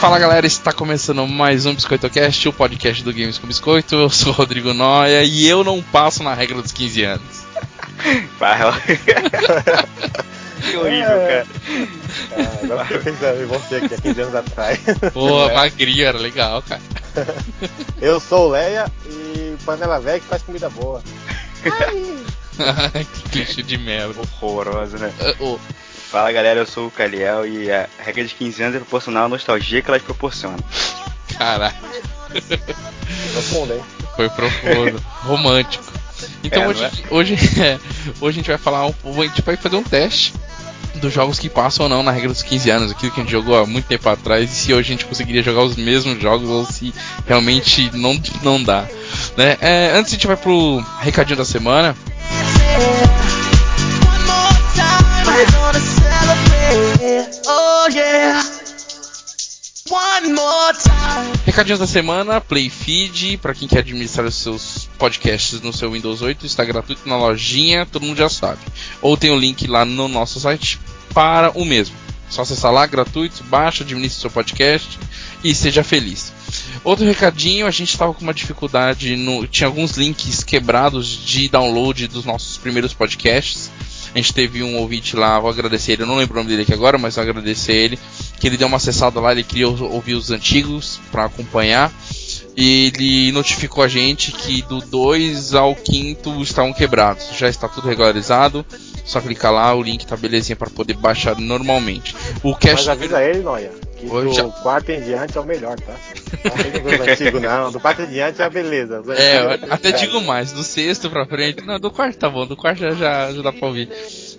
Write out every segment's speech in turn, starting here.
Fala galera, está começando mais um BiscoitoCast, o podcast do Games com Biscoito. Eu sou o Rodrigo Noia e eu não passo na regra dos 15 anos. que horrível, cara. Ah, agora eu fiquei pensando em você aqui há 15 anos atrás. Pô, magrinho, era legal, cara. Eu sou o Leia e panela velha que faz comida boa. que clichê de merda. Horroroso, né? Ah, ô, Fala galera, eu sou o Caliel e a regra de 15 anos é proporcional à nostalgia que elas proporcionam. Caralho, Profundo, hein? foi profundo, romântico. Então É, hoje, não hoje, é, hoje a gente vai falar um pouco, a gente vai fazer um teste dos jogos que passam ou não na regra dos 15 anos, aquilo que a gente jogou há muito tempo atrás, e se hoje a gente conseguiria jogar os mesmos jogos ou se realmente não, não dá. Né? É, antes a gente vai pro recadinho da semana. Oh yeah. One more time. Recadinhos da semana, Playfeed, pra quem quer administrar os seus podcasts no seu Windows 8, está gratuito na lojinha, todo mundo já sabe. Ou tem o link lá no nosso site para o mesmo. Só acessar lá, gratuito, baixa, administre seu podcast e seja feliz. Outro recadinho, a gente estava com uma dificuldade, no, tinha alguns links quebrados de download dos nossos primeiros podcasts. A gente teve um ouvinte lá, vou agradecer ele, eu não lembro o nome dele aqui agora, mas vou agradecer ele que ele deu uma acessada lá, ele queria ou- ouvir os antigos pra acompanhar. E ele notificou a gente que do 2 ao 5 estavam quebrados. Já está tudo regularizado. Só clicar lá, o link tá belezinha pra poder baixar normalmente. O Mas cache avisa ele, Noia, que Oi, do já- quarto em diante é o melhor, tá? Não tem que ver os antigos, não. Do quarto em diante é a beleza. Os É, eu antigos- até digo mais, do sexto pra frente. Não, do quarto tá bom, do quarto já, já, já dá pra ouvir.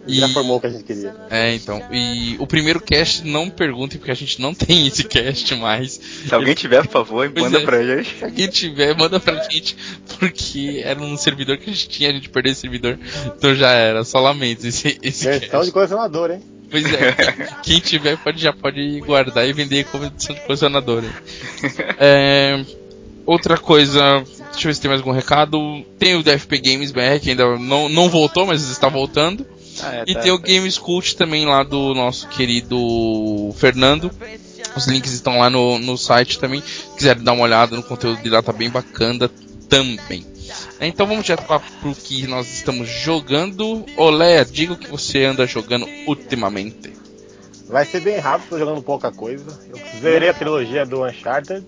E- Já formou o que a gente queria. é, então. E o primeiro cast, não perguntem, porque a gente não tem esse cast mais. Se alguém tiver, por favor, Pois manda é. pra gente. Quem tiver, manda pra gente, porque era um servidor que a gente tinha, a gente perdeu esse servidor, então já era, só lamento esse, esse Gestão de cast. colecionador, hein? Pois é, quem tiver pode, já pode guardar e vender como edição de colecionador. hein? É, outra coisa, deixa eu ver se tem mais algum recado, tem o DFP Games BR, que ainda não, não voltou, mas está voltando, É e tem o Games Cult também lá do nosso querido Fernando. Os links estão lá no, no site também. Se quiserem dar uma olhada no conteúdo de lá, tá bem bacana também. Então vamos direto para o que nós estamos jogando. Olé, diga o que você anda jogando ultimamente. Vai ser bem rápido, tô jogando pouca coisa. Eu zerei a trilogia do Uncharted,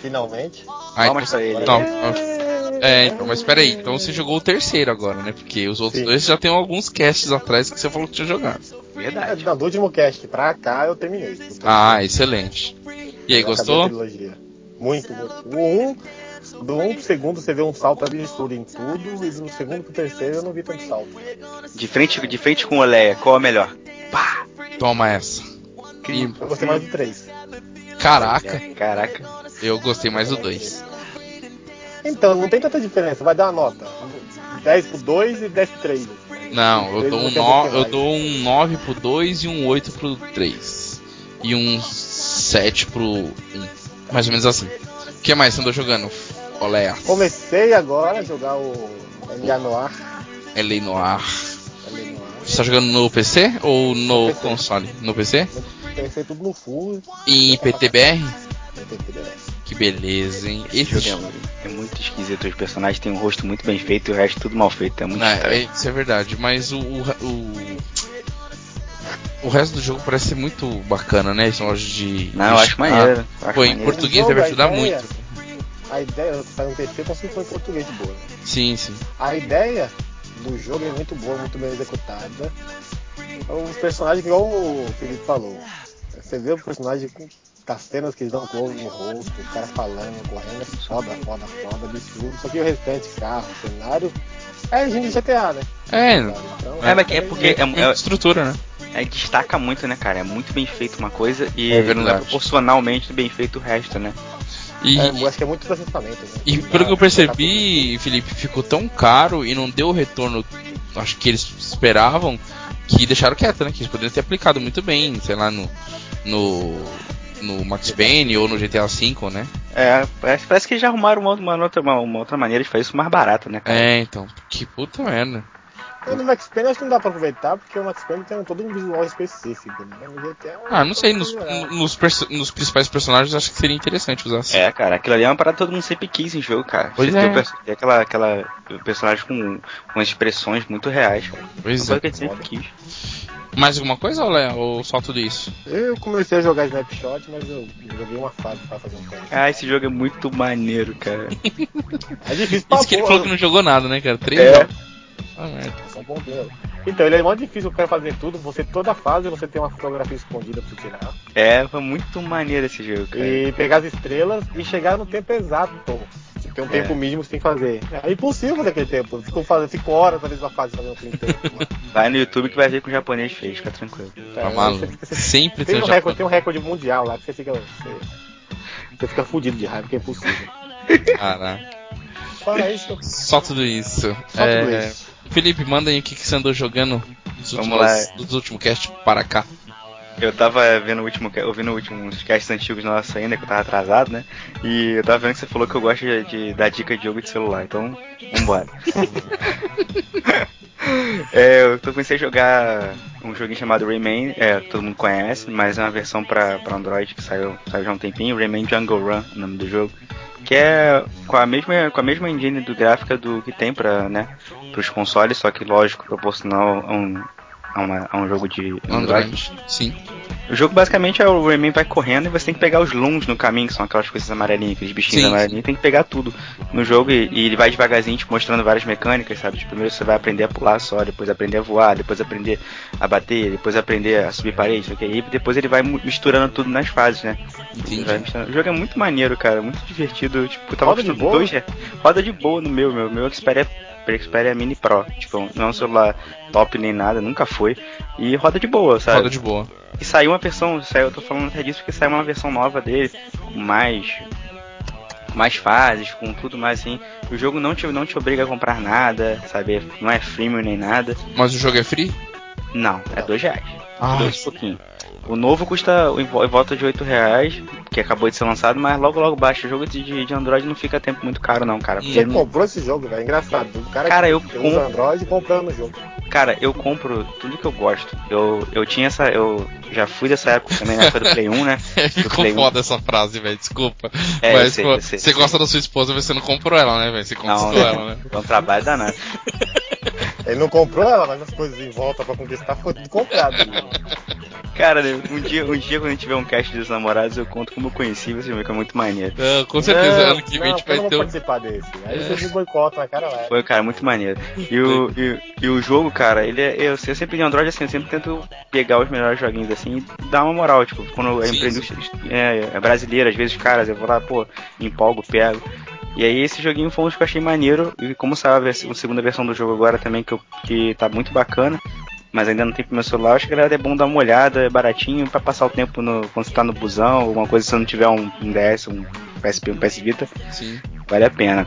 finalmente. Ah, Palmas pra ele. não, não. É, então, mas peraí, então você jogou o terceiro agora, né? Porque os outros Sim. dois já tem alguns casts atrás que você falou que tinha jogado. É, Verdade. do último cast pra cá eu terminei. Eu Ah, excelente. E aí, Eu acabei a gostou? trilogia. Muito, muito. O 1, do 1 pro segundo você vê um salto absurdo em tudo, e do segundo pro terceiro eu não vi tanto salto. De frente, de frente com o Leia, qual é a melhor? Toma essa. Ih, Eu gostei mais do 3. Caraca, É, Caraca. eu gostei mais do dois. Então, não tem tanta diferença, vai dar uma nota. 10 pro 2 e 10 pro 3. Não, eu Dois dou, um não quer no, dizer que eu vai. dou um 9 pro 2 e um 8 pro 3. E um 7 pro 1. Mais ou menos assim. O que mais você andou jogando? Olé, Comecei agora a jogar o L.A. LA Noir. Noir. L.A. Noir. Você tá jogando no PC ou no PC. console? No PC? Comecei tudo no full. E PTBR? não tem que ver. Que beleza, hein? Esse Esse jogo é muito esquisito. Os personagens têm um rosto muito bem feito e o resto tudo mal feito. É muito Ah, estranho. é, isso é verdade, mas o, o, re- o. o resto do jogo parece ser muito bacana, né? Esse loja de. Ah, Não, eu acho maneiro. eu acho Pô, em maneiro. portu- Português O deve a ajudar ideia- A ideia, sai um PC, tá super em português de boa. Sim, sim. A ideia do jogo é muito boa, muito bem executada. É Os personagens, igual o Felipe falou, você vê o personagem com as cenas que eles dão close no rosto, o cara falando, correndo, é foda, foda, foda, absurdo. Só que o restante, carro, cenário, é a gente GTA, né? É, Então, É, mas é porque é, muita é- estrutura, né? é- destaca muito, né, cara? É muito bem feito uma coisa e não É é verdade. proporcionalmente bem feito o resto, né? E, é, eu acho que é muito processamento. Né? e pelo que eu percebi, Felipe, ficou tão caro e não deu o retorno acho que eles esperavam que deixaram quieto, né? Que eles poderiam ter aplicado muito bem, sei lá, no. no. no Max Payne ou no GTA V, né? É, parece, parece que já arrumaram uma, uma outra, uma, uma outra maneira de fazer isso mais barato, né, cara? É, então. Que puta merda. Mas no Max Payne acho que não dá pra aproveitar, porque o Max Payne tem um- todo um visual específico, né? No GTA, Ah, não sei, nos, melhorar. nos, perso- nos principais personagens acho que seria interessante usar assim. É, cara, aquilo ali é uma parada que todo mundo sempre quis em jogo, cara. Pois Você tem é. o perso- tem aquela, aquela personagem com, com as expressões muito reais, cara. Pois Uma coisa é. que a gente sempre quis. Mais alguma coisa, ou, Léo? Ou só tudo isso? Eu comecei a jogar Snapshot, mas eu joguei uma fase pra fazer um teste. Ah, esse jogo é muito maneiro, cara. É difícil pra Isso que ele porra, falou que não jogou nada, né, cara? Três É. jogos. Ah, merda. só Tá bom mesmo. Então, ele é mó difícil pra fazer tudo. Você, toda fase, você tem uma fotografia escondida pra tirar. É, foi muito maneiro esse jogo, cara. E pegar as estrelas e chegar no tempo exato. Você Tem um É. tempo mínimo que você tem que fazer. É impossível fazer aquele tempo. Ficou fazendo, ficou horas na mesma fase fazendo aquele tempo. Vai no YouTube que vai ver que o japonês fez, fica tranquilo. Tá É, maluco. Sempre Tem tem um, um japonês. recorde, tem um recorde mundial lá que você fica. Você, você fica fudido de raiva, que é impossível. Caraca. Fora isso, Só tudo isso. só É, tudo isso. Felipe, manda aí o que, que você andou jogando dos Vamos últimos, dos últimos cast para cá. Eu tava eh, vendo o último, ca- ouvindo o último, uns casts antigos nossos ainda, que eu tava atrasado, né? E eu tava vendo que você falou que eu gosto de, de dar dica de jogo de celular, então vambora. é, eu tô- comecei a jogar um joguinho chamado Rayman, é, que todo mundo conhece, mas é uma versão pra, pra Android que saiu, saiu já há um tempinho, Rayman Jungle Run, o nome do jogo. Que é com a mesma, com a mesma engine do gráfica do que tem pra, né, pros consoles, só que lógico, proporcional a um, a, uma- a um jogo de Android. Android. Sim. O jogo basicamente é o Rayman vai correndo e você tem que pegar os looms no caminho, que são aquelas coisas amarelinhas, aqueles bichinhos Sim. amarelinhos, tem que pegar tudo no jogo e, e ele vai devagarzinho te mostrando várias mecânicas, sabe? Tipo, primeiro você vai aprender a pular só, depois aprender a voar, depois aprender a bater, depois aprender a subir parede, ok? E depois ele vai mu- misturando tudo nas fases, né? Ele vai Entendi. misturando. O jogo é muito maneiro, cara, muito divertido. Tipo, eu tava Roda de acostumado- boa? dois re- Roda de boa no meu, meu. Meu Xperia, Xperia Mini Pro. Tipo, não é um celular top nem nada, nunca foi. E roda de boa, sabe? Roda de boa. E saiu uma versão, saiu, eu tô falando até disso porque saiu uma versão nova dele, com mais mais fases, com tudo mais assim. O jogo não te, não te obriga a comprar nada, sabe? Não é freemium nem nada. Mas o jogo é free? Não, é dois reais. Ah, dois e pouquinho. O novo custa em vo- em volta de 8 reais, que acabou de ser lançado, mas logo logo baixa. O jogo de, de Android não fica tempo muito caro não, cara. porque Hum. Você ele não- comprou esse jogo, velho. é Engraçado. O cara, Cara, eu que compro- usa Android comprando o jogo. Cara, eu compro tudo que eu gosto. Eu, eu tinha essa. Eu já fui dessa época também, na época do Play 1, né? Do É, Ficou Play 1. foda essa frase, velho. Desculpa. É, eu Mas sei, pô, eu sei, você eu sei. gosta da sua esposa, mas você não comprou ela, né, velho? Você conquistou né? ela, né? É um trabalho danado. Ele não comprou ela, mas as coisas em volta pra conquistar foi tudo comprado. Cara, um dia, um dia quando a gente tiver um cast dos namorados, eu conto como eu conheci, você vê que é muito maneiro. Ah, com certeza, não, ano que vem a não, gente eu vai não ter vou um. participar desse. Aí vocês me boicotam na cara lá. Foi, cara, muito maneiro. E o, e, e o jogo, cara, ele é. Eu, eu sempre de Android assim, eu sempre tento pegar os melhores joguinhos assim e dar uma moral, tipo, quando a Sim, empresa é, é brasileira, às vezes, caras, eu vou lá, pô, empolgo, pego. E aí esse joguinho foi um dos que eu achei maneiro. E como saiu a, vers- a segunda versão do jogo agora também, que, eu- que tá muito bacana. Mas ainda não tem pro meu celular, acho que galera é bom dar uma olhada, é baratinho, pra passar o tempo no, quando você tá no busão, alguma coisa, se você não tiver um, um DS, um PSP, um PS Vita, Sim. vale a pena.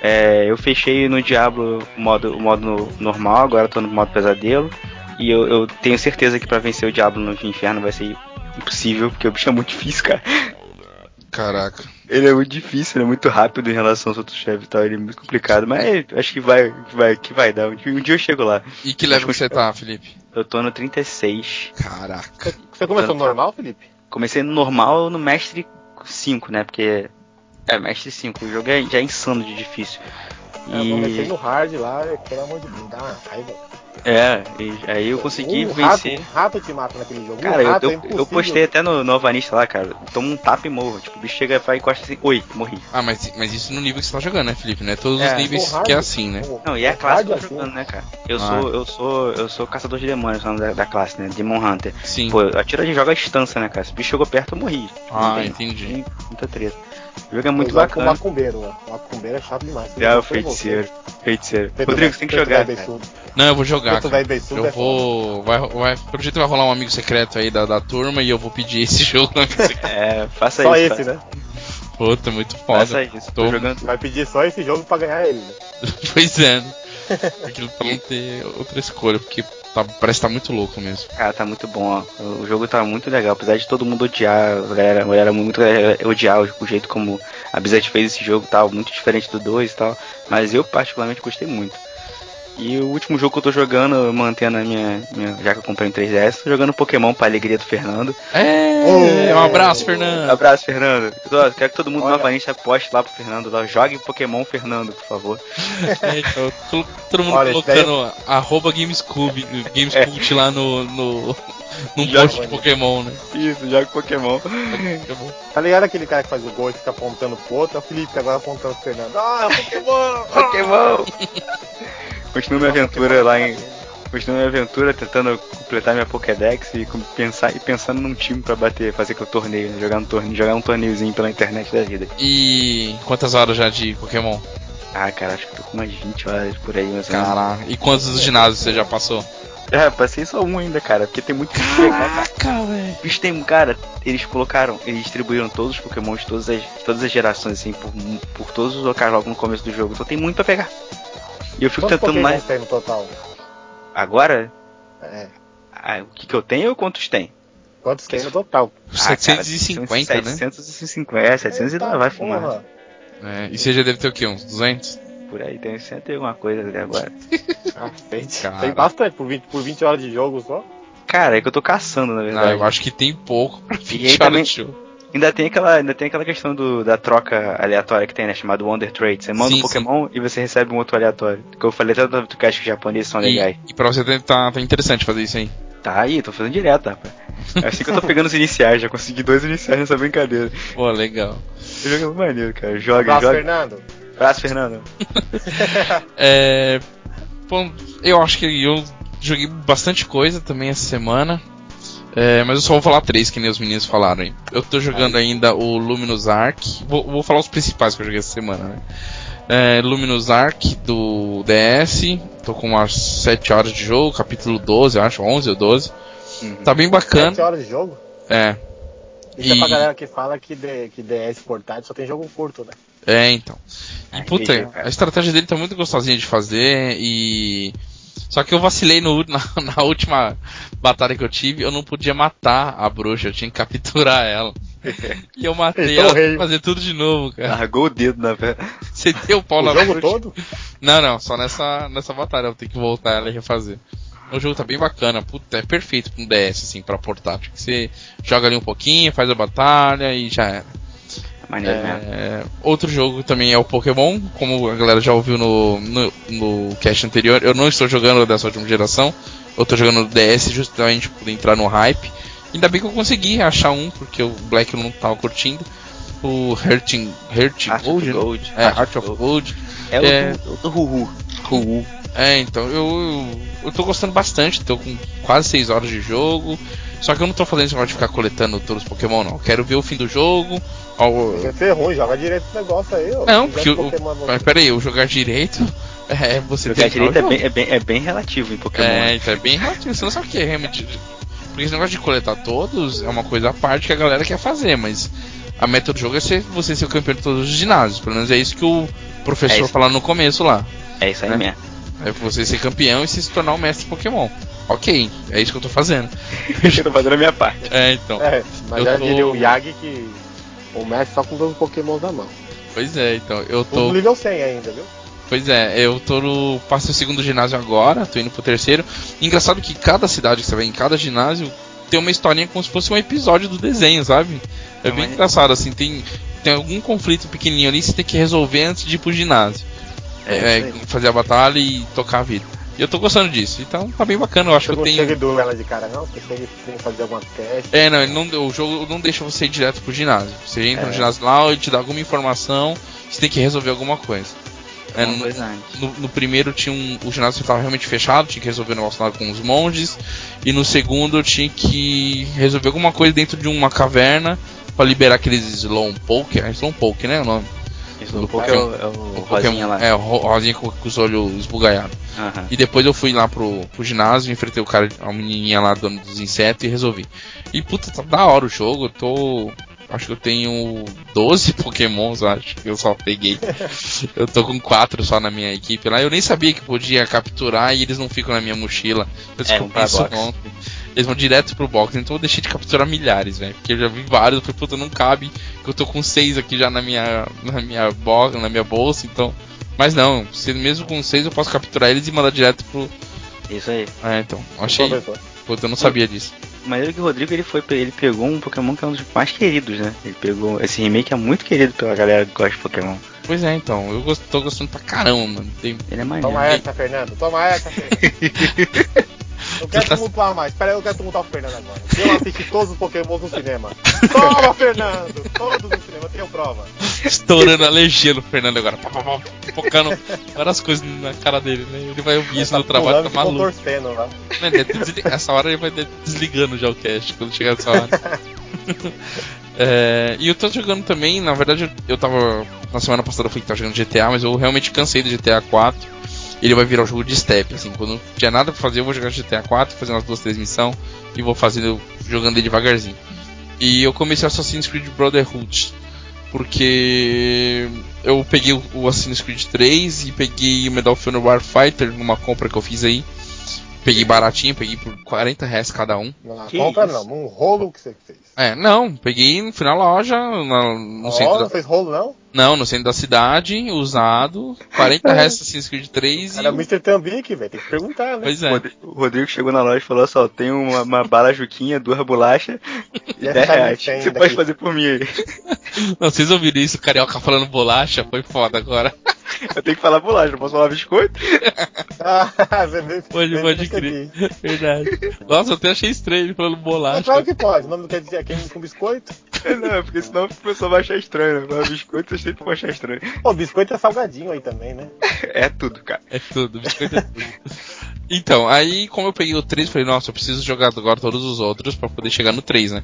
É, eu fechei no Diablo o modo, o modo no- normal, agora tô no modo pesadelo. E eu, eu tenho certeza que pra vencer o Diablo no inferno vai ser impossível, porque o bicho é muito difícil, cara. Caraca. Ele é muito difícil, ele é muito rápido em relação aos outros chefes e tal, ele é muito complicado, mas é, acho que vai, que vai, que vai dar. Um dia, um dia eu chego lá. E que level que você tá, Felipe? Eu tô no 36. Caraca. Você começou no normal, Felipe? Comecei no normal no mestre 5, né? Porque. É, mestre 5, o jogo é, já é insano de difícil. É, Eu comecei E, no hard lá, e, pelo amor de Deus, dá uma raiva. é, e aí eu consegui um vencer. Rato, um rato te mata naquele jogo. Cara, um eu, rato é eu, impossível. eu postei até no, no Alvanista lá, cara. Toma um tapa e morro. Tipo, o bicho chega e encosta assim, oi, morri. Ah, mas, mas isso no nível que você tá jogando, né, Felipe? Não é todos É, os níveis no hard. que é assim, né? Pô, Não, e é a no classe que eu hard tô assim, jogando, né, cara? Eu Ah. sou, eu sou, eu sou caçador de demônios o nome da, da classe, né? Demon Hunter. Sim. Pô, atira de joga a distância, né, cara? Se o bicho chegou perto, eu morri. Ah, tem- entendi. tem Muita treta. O jogo é eu muito jogo com O bacana. macumbeiro, né? O macumbeiro é chato demais. É, o Foi você. feiticeiro. Feiticeiro. Preto Rodrigo, velho- você tem que preto jogar. velho cara. beiçudo. Não, eu vou jogar. Preto cara. velho beiçudo Eu é vou. Vai, vai, pelo jeito vai rolar um amigo secreto aí da, da turma e eu vou pedir esse jogo na amigo secreto. É, faça Só isso. esse, fa- né? Puta, muito Faça foda. é isso. Tô- Tô jogando. Vai pedir só esse jogo pra ganhar ele. né? Pois é. né? Aquilo pra não ter outra escolha, porque tá- parece que tá muito louco mesmo. Cara, tá muito bom, ó. O jogo tá muito legal. Apesar de todo mundo odiar, a galera, a galera muito galera odiar o o jeito como a Blizzard fez esse jogo e tal, muito diferente do 2 e tal. Mas eu particularmente gostei muito. E o último jogo que eu tô jogando, mantendo a minha, minha- Já que eu comprei um 3DS, tô jogando Pokémon pra alegria do Fernando. É, Oh. um abraço, Fernando. Abraço, Fernando. Eu tô- quero que todo mundo Olha. novamente aposte lá pro Fernando. Lá, jogue Pokémon Fernando, por favor. É, então, colo- todo mundo Olha, É. esse daí- colocando arroba Gamescube, Gamescult lá no, no, num Já- post de Pokémon, né? Isso, jogue Pokémon. Pokémon. Tá ligado aquele cara que faz o gol e fica apontando pro outro? É o Felipe que agora apontando pro Fernando. Ah, Pokémon! Pokémon! Continua minha aventura lá em. Continua minha aventura tentando completar minha Pokédex e com- pensar e pensando num time pra bater, fazer que eu torneio, né? jogar um torneio, jogar um torneiozinho pela internet da vida. E quantas horas já de Pokémon? Ah, cara, acho que eu tô com umas 20 horas por aí, mas Caraca. E quantos ginásios você já passou? É, passei só um ainda, cara, porque tem muito bicho legal, cara. velho. Bicho tem, cara, eles colocaram, eles distribuíram todos os Pokémons, de todas as, todas as gerações, assim, por, mu- por todos os locais logo no começo do jogo, então tem muito pra pegar. E eu fico Quantos tentando Pokémon mais. tem no total? Agora, É. ah, o que, que eu tenho ou quantos tem? Quantos tem no total? Ah, cara, 750, né? 750, é, 700 e lá vai Tá, Porra. fumar. É, e você já deve ter o quê? Uns 200? Por aí tem 100 e alguma coisa até agora. Ah, tem, Cara. tem bastante, por 20, por 20 horas de jogo só. Cara, é que eu tô caçando, na Não, verdade. Ah, eu acho que tem pouco pra 20 horas também- de jogo. ainda, tem aquela, ainda tem aquela questão do, da troca aleatória que tem, né? Chamado Wonder Trade. Você manda Sim, um Pokémon e você recebe um outro aleatório. Que eu falei até do que acho que os japoneses são legais. E, e pra você tentar, tá interessante fazer isso aí. Tá aí, tô fazendo direto, rapaz. É assim que eu tô pegando os iniciais, já consegui dois iniciais nessa brincadeira. Pô, legal. O jogo é muito maneiro, cara. Joga, Abraço, joga. Fernando. Abraço, Fernando. É, bom, eu acho que eu joguei bastante coisa também essa semana. É, mas eu só vou falar três, que nem os meninos falaram aí. Eu tô jogando ainda o Luminous Arc. Vou, vou falar os principais que eu joguei essa semana, né? É, Luminous Arc do DS. Tô com umas 7 horas de jogo, capítulo 12, eu acho, 11 ou 12. Uhum. Tá bem 7 bacana. horas de jogo? É, Isso é pra E- galera que fala que, D- que DS portátil só tem jogo curto, né? É, então. E Ah, puta, entendi, cara. a estratégia dele tá muito gostosinha de fazer e. Só que eu vacilei no, na, na última batalha que eu tive, eu não podia matar a bruxa, eu tinha que capturar ela. E eu matei Então, ela pra rei. Ah. fazer tudo de novo, cara. Largou o dedo na verdade. Você deu o pau na o jogo bruxa. todo? Não, não, só nessa, nessa batalha eu tenho que voltar ela e refazer. O jogo tá bem bacana, puta, é perfeito pra um DS, assim, pra portátil. que Você joga ali um pouquinho, faz a batalha e já era. Maneiro mesmo. É, outro jogo também é o Pokémon, como a galera já ouviu no, no, no cast anterior, eu não estou jogando dessa última geração, eu estou jogando no DS justamente por entrar no hype. Ainda bem que eu consegui achar um, porque o Black eu não tava curtindo. O Hurting, Hurt Heart of Gold, né? Gold. É, Heart of Gold. É, É. o do- o do Ruhu. Ruhu. É, então, eu, eu, eu tô gostando bastante, tô com quase 6 horas de jogo. Só que eu não tô fazendo esse negócio de ficar coletando todos os Pokémon, não. Eu quero ver o fim do jogo. ao- Vai ser ruim, joga direito esse negócio aí. Ó. Não, Se porque tivesse o. Pokémon no- Mas peraí, o jogar direito é você Jogar terminar o direito é jogo. bem, é, bem, é bem relativo em Pokémon. É, né? então é bem relativo. Você não sabe o que é realmente. Porque esse negócio de coletar todos é uma coisa à parte que a galera quer fazer, mas a meta do jogo é ser, você ser o campeão de todos os ginásios. Pelo menos é isso que o É professor isso. falou no começo lá. É isso aí É. mesmo. É você ser campeão e se tornar o mestre Pokémon. Ok, é isso que eu tô fazendo. Eu tô fazendo a minha parte. É, então. É, mas Eu já tô- diria o Yagi que o mestre só com dois Pokémon na mão. Pois é, então. Eu Tô... tô. No nível 100 ainda, viu? Pois é, eu tô no. Passei o segundo ginásio agora, tô indo pro terceiro. Engraçado que cada cidade que você vai em cada ginásio tem uma historinha como se fosse um episódio do desenho, sabe? É É bem maneiro. engraçado, assim, tem, tem algum conflito pequenininho ali que você tem que resolver antes de ir pro ginásio. É, É isso fazer a batalha e tocar a vida. E eu tô gostando disso, então tá bem bacana, eu acho que Você eu não tenho. chega e dura ela de cara, não? Você chega e tem que fazer alguma teste. É, não, ele não- o jogo não deixa você ir direto pro ginásio. Você entra no É. ginásio lá, ele te dá alguma informação, você tem que resolver alguma coisa. É, Uma não- coisa antes. no, no primeiro tinha um, o ginásio estava realmente fechado, tinha que resolver o negócio lá com os monges. E no segundo eu tinha que resolver alguma coisa dentro de uma caverna pra liberar aqueles Slowpoke. É Slowpoke, né? O nome. Isso Do do Pokémon. É o, é o, O Rosinha Pokémon- lá. É, o ro- rosinha com, com os olhos esbugalhados. Aham. E depois eu fui lá pro, pro ginásio, enfrentei o cara, a menininha lá, dono dos insetos, e resolvi. E puta, tá da hora o jogo, eu tô. Acho que eu tenho 12 pokémons, acho que eu só peguei. eu tô com 4 só na minha equipe lá. Eu nem sabia que podia capturar e eles não ficam na minha mochila. um Eu descobri pra isso box. ontem. Eles vão direto pro box, então eu deixei de capturar milhares, velho. Porque eu já vi vários, eu falei, puta, não cabe, que eu tô com 6 aqui já na minha, na minha box, na minha bolsa, então Mas não, sendo mesmo com seis eu posso capturar eles e mandar direto pro. Isso aí. Ah, então. Achei. Puta, eu não sabia disso. Mas é que o Rodrigo ele foi, ele pegou um Pokémon que é um dos mais queridos, né? Ele pegou. Esse remake é muito querido pela galera que gosta de Pokémon. Pois é, então. Eu gost- tô gostando pra caramba, mano. Tem- Ele é maneiro. Toma essa, Fernando. Toma essa, Fernando. Eu quero tumultuar mais. Pera aí, eu quero tumultuar o Fernando agora. Eu assisti todos os Pokémon no cinema. Toma, Fernando! Todos no cinema, tenho prova. Estourando a alergia no Fernando agora. Pá, pá, pá, Focando várias coisas na cara dele, né? Ele vai ouvir isso no trabalho, tá Pulando, ficou maluco. torcendo lá. Né, ele deve desli- Essa hora ele vai de- desligando já o cast quando chegar nessa hora. É, e eu tô jogando também, na verdade eu, eu tava. Na semana passada eu falei que tava jogando GTA, mas eu realmente cansei do GTA 4. Ele vai virar um jogo de step, assim, quando não tiver nada pra fazer, eu vou jogar GTA 4, fazer umas duas, três missões e vou fazendo jogando ele devagarzinho. E eu comecei Assassin's Creed Brotherhood. Porque eu peguei o- o Assassin's Creed 3 e peguei o Medal of Honor Warfighter numa compra que eu fiz aí. Peguei baratinho, peguei por 40 reais cada um. Não, Que compra isso? não, um rolo que você fez. É, não, peguei no final da loja, na- no, Ó, centro não da, fez rolo não? não, no centro da cidade, usado, 40 reais Assassin's Creed 3 Era o e... Mr. Tambique, velho. Tem que perguntar, né? Pois O é, Rodrigo- O Rodrigo chegou na loja e falou só, tem uma, uma bala juquinha, duas bolachas e E essa 10 reais. tem Você daqui. pode fazer por mim aí. não, vocês ouviram isso, o Carioca falando bolacha, foi foda agora. Eu tenho que falar bolacha, não posso falar biscoito. Ah, você vê, Pode, vê- pode percebi. crer. Verdade. Nossa, eu até achei estranho ele falando Não, bolacha. claro que pode. O nome não quer dizer quem com biscoito. Não, porque senão o pessoal vai achar estranho, né? Falar biscoito, vocês sempre vão achar estranho. Pô, biscoito é salgadinho aí também, né? É tudo, cara. É tudo, biscoito é tudo. Então, aí como eu peguei o 3, falei, nossa, eu preciso jogar agora todos os outros pra poder chegar no 3, né?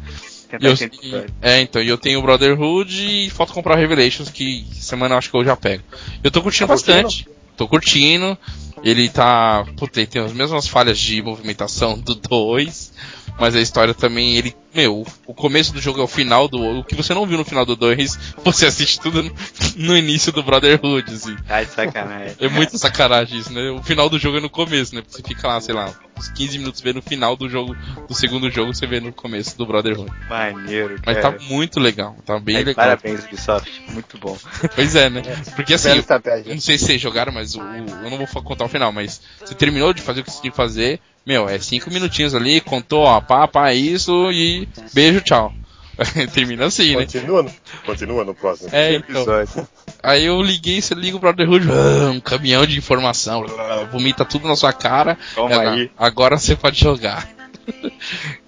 E Tentar eu, entender. e- é, então, e eu tenho o Brotherhood e falta comprar o Revelations, que semana eu acho que eu já pego. Eu tô curtindo Tá curtindo? bastante. Tô curtindo. Ele tá. Puta, ele tem as mesmas falhas de movimentação do 2. Mas a história também, ele. Meu, o começo do jogo é o final do. O que você não viu no final do 2, você assiste tudo no, no início do Brotherhood, assim. Tá de sacanagem. É muito sacanagem isso, né? O final do jogo é no começo, né? Você fica lá, sei lá, uns 15 minutos vê no final do jogo, do segundo jogo, você vê no começo do Brotherhood. Maneiro, Mas cara. tá muito legal, tá bem Aí, legal. parabéns, Ubisoft. Muito bom. Pois é, né? Porque assim, Bela eu estratégia. não sei se vocês jogaram, mas o, o- eu não vou fa- contar o final, mas você terminou de fazer o que você tinha que fazer, meu, é cinco minutinhos ali, contou, ó, pá, pá, isso e beijo, tchau. Termina assim, né? Continua, no- continua no próximo. É, então. Episódio. Aí eu liguei, você liga o Brotherhood, ah, um caminhão de informação, ah, vomita tudo na sua cara. Toma Ela, aí. Agora você pode jogar.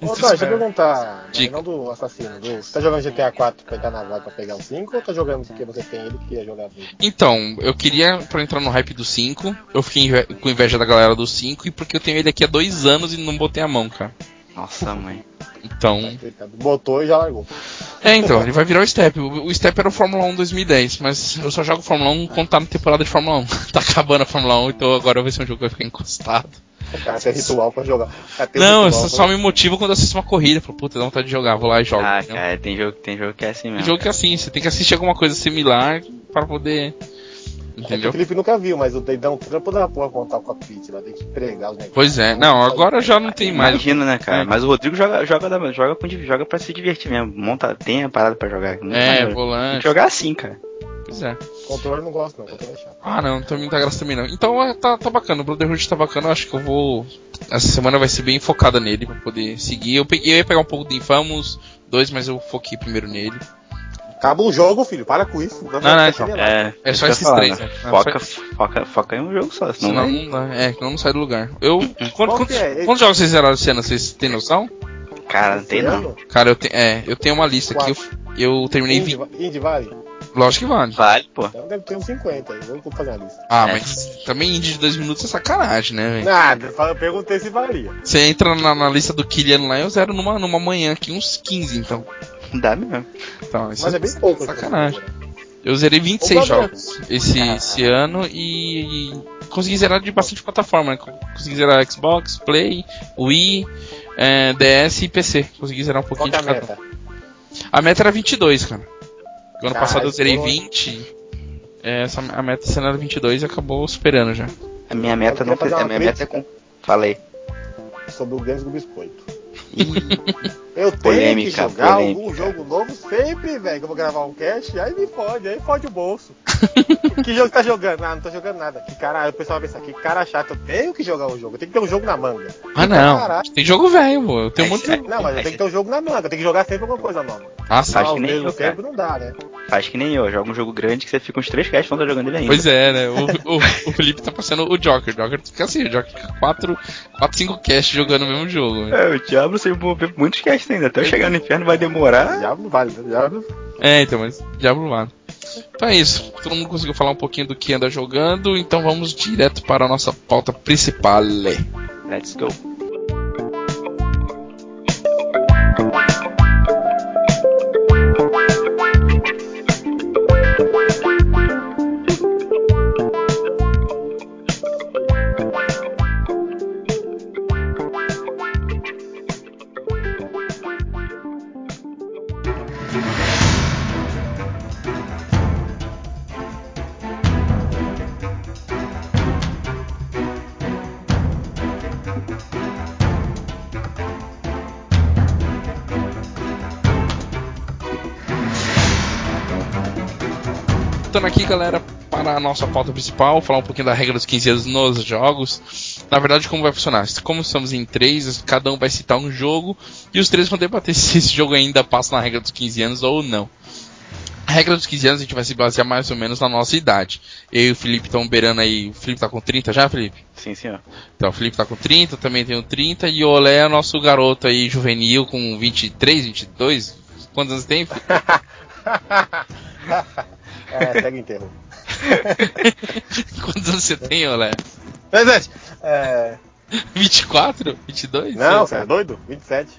Ô, Dó, deixa eu perguntar, mas Dica. não do assassino, do... Você tá jogando GTA 4 pra entrar na vaga pra pegar o 5 ou tá jogando porque você tem ele que queria jogar mesmo? Então, eu queria pra entrar no hype do 5. Eu fiquei inve- com inveja da galera do 5 e porque eu tenho ele aqui há dois anos e não botei a mão, cara. Nossa, mãe. Então. Botou e já largou. É, então, ele vai virar o Step. O o Step era o Fórmula 1 2010, mas eu só jogo Fórmula 1 quando tá na temporada de Fórmula 1. tá acabando a Fórmula 1, então agora vai ser um jogo que vai ficar encostado. O cara tem ritual pra jogar. O cara tem não, eu ritual só, pra- só me motivo quando eu assisto uma corrida. Falo, puta, dá vontade de jogar, vou lá e jogo. Ah, entendeu? cara, tem jogo, tem jogo que é assim né? Tem mesmo. jogo que é assim, você tem que assistir alguma coisa similar pra poder. É que o Entendeu? Felipe nunca viu, mas o dedão trampo da porra contar com a Pit, ela tem que pregar os negócios. Pois é, não, agora já não tem mais. Imagina, né, cara? É. Mas o Rodrigo joga, joga, da- joga, com- joga pra se divertir mesmo. Monta, tem a parada pra jogar. Muito É, maneiro. Tem que volante, jogar assim, cara. pois é. Controle eu não gosto, não, controle é chato. Ah, não, não tem muita graça também não. Então é, tá, tá bacana, o Brotherhood tá bacana, eu acho que eu vou. Essa semana vai ser bem focada nele pra poder seguir. Eu, peguei, eu ia pegar um pouco do Infamous 2, mas eu foquei primeiro nele. Acaba o jogo, filho, para com isso. Não, não, então, É, É isso só que eu ia esses falar, três, né? né? É Foca, foca, foca em um jogo só, senão. Senão vai- não dá. É, senão não sai do lugar. Eu. Quanto, Qual quantos, que é? quantos jogos vocês zeraram cena? Vocês têm noção? Cara, não tem não. Cara, eu, te, é, eu tenho uma lista aqui. Eu, eu terminei 20. Indy vale? Lógico que vale. Vale, pô. Então deve ter uns 50 aí, vou fazer a lista. Ah, É. mas também indie de dois minutos é sacanagem, né, velho? Nada, eu perguntei se valia. Você entra na, na lista do Kylian lá, eu zero numa, numa manhã aqui, uns 15, então. Dá mesmo. então isso Mas é bem pouco. Sacanagem. Eu zerei 26 Ô, Gabriel. jogos esse, esse ano e, e consegui zerar de bastante plataforma. né? Consegui zerar Xbox, Play, Wii, eh, DS e PC. Consegui zerar um Qual pouquinho que é a de cada. meta? um. A meta era 22, cara. O ano Caralho, passado eu zerei boa. 20. eh, Essa, a meta sendo era 22 e acabou superando já. A minha meta Eu não queria fazer a minha uma meta é crítica. com. Falei. Sobre o Games do Biscoito. Eu tenho Polêmica, que jogar polêmica. algum jogo novo sempre, velho. Que eu vou gravar um cast, aí me fode, aí fode o bolso. que jogo tá jogando? Ah, não tô jogando nada. Que cara, aí o pessoal vai pensar, que cara chato, eu tenho que jogar um jogo, eu tenho que ter um jogo na manga. Ah, não. Caralho. É, Tem jogo velho, pô. Eu tenho um monte de... Não, mas eu tenho que ter um jogo na manga, eu tenho que jogar sempre alguma coisa nova. Nossa, Acho Ah, que o nem mesmo eu, cara. tempo não dá, né? Acho que nem eu, joga um jogo grande que você fica uns três caras falando jogando ele ainda. Pois é, né? O, o- o Felipe tá passando o Joker. O Joker fica assim, o Joker fica 4, 5 casts jogando o mesmo jogo. né? É, o Diablo você envolveu muitos casts ainda. Até eu chegar no inferno vai demorar. Já não vale, já não É, então, mas Diablo lá. Então é isso. Todo mundo conseguiu falar um pouquinho do que anda jogando, então vamos direto para a nossa pauta principal. Let's go. Voltando aqui, galera, para a nossa pauta principal, falar um pouquinho da regra dos 15 anos nos jogos. Na verdade, como vai funcionar? Como estamos em três, cada um vai citar um jogo e os três vão debater se esse jogo ainda passa na regra dos 15 anos ou não. A regra dos 15 anos a gente vai se basear mais ou menos na nossa idade. Eu e o Felipe estão beirando aí. O Felipe tá com 30 já, Felipe? Sim, senhor. Então, o Felipe tá com 30, eu também tenho 30, e o Olé é o nosso garoto aí, juvenil, com 23, 22. Quantos anos tem? Felipe? é, segue o enterro. Quantos anos você tem, Olé? Presente! É... 24? 22? Não, você Sei lá. é doido? 27.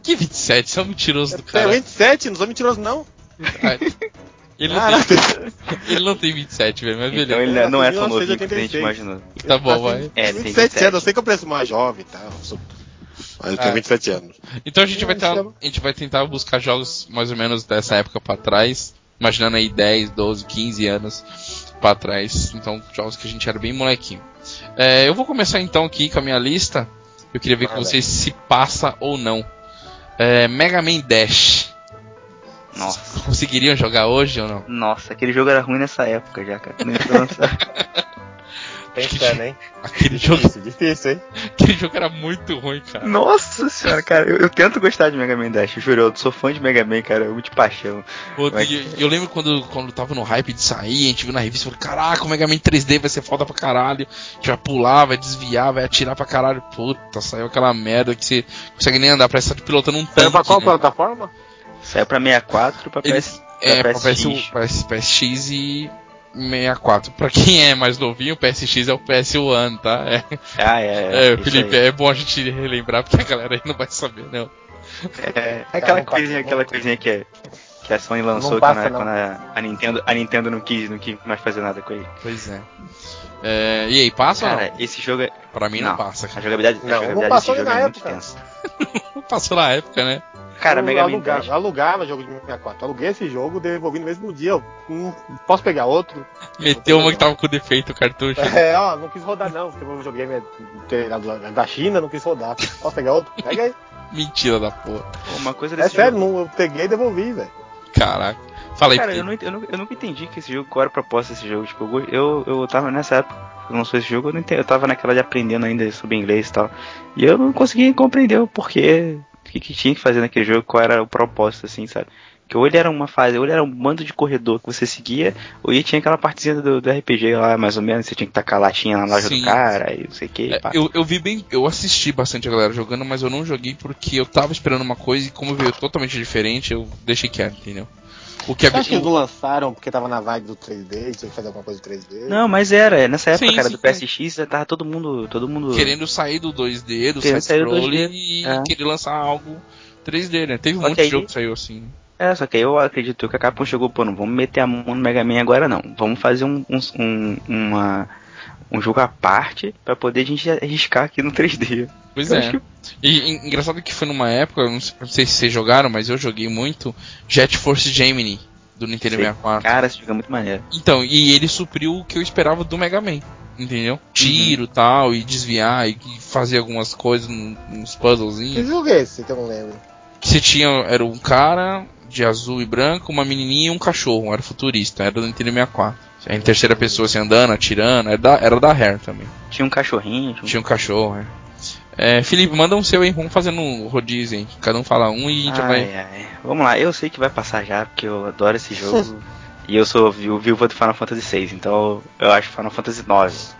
Que 27? Você é um mentiroso do Eu tenho cara. 27, não sou mentiroso, não. Ele não, Caraca, tem, ele não tem 27, velho, mas Então beleza. ele não- não é tão 1986. novinho que a gente imaginou. Tá bom, eu vai. tenho É, tem 27, 27. anos, eu sei que eu pareço mais jovem e tal. eu sou- Mas eu tenho Ah. 27 anos. Então a gente, vai Não, tentar, chama. a gente vai tentar buscar jogos mais ou menos dessa época pra trás. Imaginando aí 10, 12, 15 anos pra trás. Então, jogos que a gente era bem molequinho. É, eu vou começar então aqui com a minha lista. Eu queria ver com Manda. vocês se passa ou não. É, Mega Man Dash. Nossa. Conseguiriam jogar hoje ou não? Nossa, aquele jogo era ruim nessa época já, cara. Quando ele foi lançado. Pensando, Tá hein? Aquele jogo, Difícil, difícil, hein? aquele jogo era muito ruim, cara. Nossa senhora, cara, eu, eu tento gostar de Mega Man Dash, eu juro, eu sou fã de Mega Man, cara, eu de paixão. Outro, Vai- e- e eu lembro quando, quando tava no hype de sair, a gente viu na revista e falou: Caraca, o Mega Man 3D vai ser foda pra caralho. A gente vai pular, vai desviar, vai atirar pra caralho. Puta, saiu aquela merda que você não consegue nem andar, parece que tá pilotando um tanque. Saiu pra qual né? plataforma? Saiu pra 64, pra Ele- PS... É, pra pra PS, PSX. PS, PSX e 64. Pra quem é mais novinho, o PSX é o PS1, tá? É, Ah, é, é, isso Felipe, aí. é bom a gente relembrar, porque a galera aí não vai saber, né? não. É, aquela Não passa, coisinha, não. aquela coisinha que, a- que a Sony lançou Não passa, quando, a, não. quando a- a Nintendo, a Nintendo não quis, não quis mais fazer nada com ele. Pois é. É, e aí, passa ou Cara, esse jogo, é- não? Pra mim não, não. passa, a cara. jogabilidade, Não, a não jogabilidade desse passou jogo na é muito época. tensa. Passou na época, né? Cara, eu Mega Man Dash, alugava, alugava jogo de 64. Aluguei esse jogo, devolvi no mesmo dia. Eu não posso pegar outro? Meteu uma que tava com defeito o cartucho. É, ó, não quis rodar não, porque eu joguei da China, não quis rodar. Posso pegar outro? Pega aí. Mentira da porra. uma coisa É desse jogo. sério, não, eu peguei e devolvi, velho. Caraca. Fala aí, Cara, eu, Pedro. não, ent- eu, nu- eu nunca entendi que esse jogo, qual era a proposta desse jogo. Tipo, eu, go- eu, eu tava nessa época que lançou esse jogo, eu, não entendi, eu tava naquela de aprendendo ainda sobre inglês e tal. E eu não conseguia compreender o porquê, o que, que tinha que fazer naquele jogo, qual era o propósito, assim, sabe? Porque ou ele era uma fase, ou ele era um bando de corredor que você seguia, ou ele tinha aquela partezinha do, do RPG lá, mais ou menos, você tinha que tacar latinha na loja Sim. do cara, e não sei o que. É, eu, eu vi bem, eu assisti bastante a galera jogando, mas eu não joguei porque eu tava esperando uma coisa e como veio totalmente diferente, eu deixei quieto, entendeu? O que é Você acha que eles não lançaram porque tava na vibe do 3D, tinha que fazer alguma coisa do 3D? Não, mas era, é, nessa época, Sim, cara, sim, do PSX, já eh, tava todo mundo, todo mundo... querendo sair do 2D, do Querendo sair do side-scroll 2D, e é. querer lançar algo 3D, né? Teve um Só monte que de aí- jogo que saiu assim. É, só que aí eu acredito que a Capcom chegou, pô, não vamos meter a mão no Mega Man agora não. Vamos fazer um, um, um, uma- um jogo à parte pra poder a gente arriscar aqui no 3D. Pois Eu é. acho que- E, en- engraçado que foi numa época, eu não sei, não sei se vocês jogaram, mas eu joguei muito Jet Force Gemini do Nintendo Sei. 64. Cara, esse jogo é muito maneiro. Então, e ele supriu o que eu esperava do Mega Man, entendeu? Tiro e tal, e desviar, e e fazer algumas coisas, um- uns puzzlezinhos. Uhum. Que jogo é esse, que eu não lembro? Que Você tinha. Era um cara de azul e branco, uma menininha e um cachorro. Era futurista, era do Nintendo 64. Em terceira pessoa, assim, andando, atirando. Era da, era da Rare também. Tinha um cachorrinho. Tinha Tinha um cachorro, é. É, Felipe, manda um seu aí, vamos fazendo um rodízio, hein? Cada um fala um e a gente ai, vai. ai. Vamos lá, eu sei que vai passar já, porque eu adoro esse jogo. e eu sou vi- viúva do Final Fantasy VI, então eu acho Final Fantasy IX.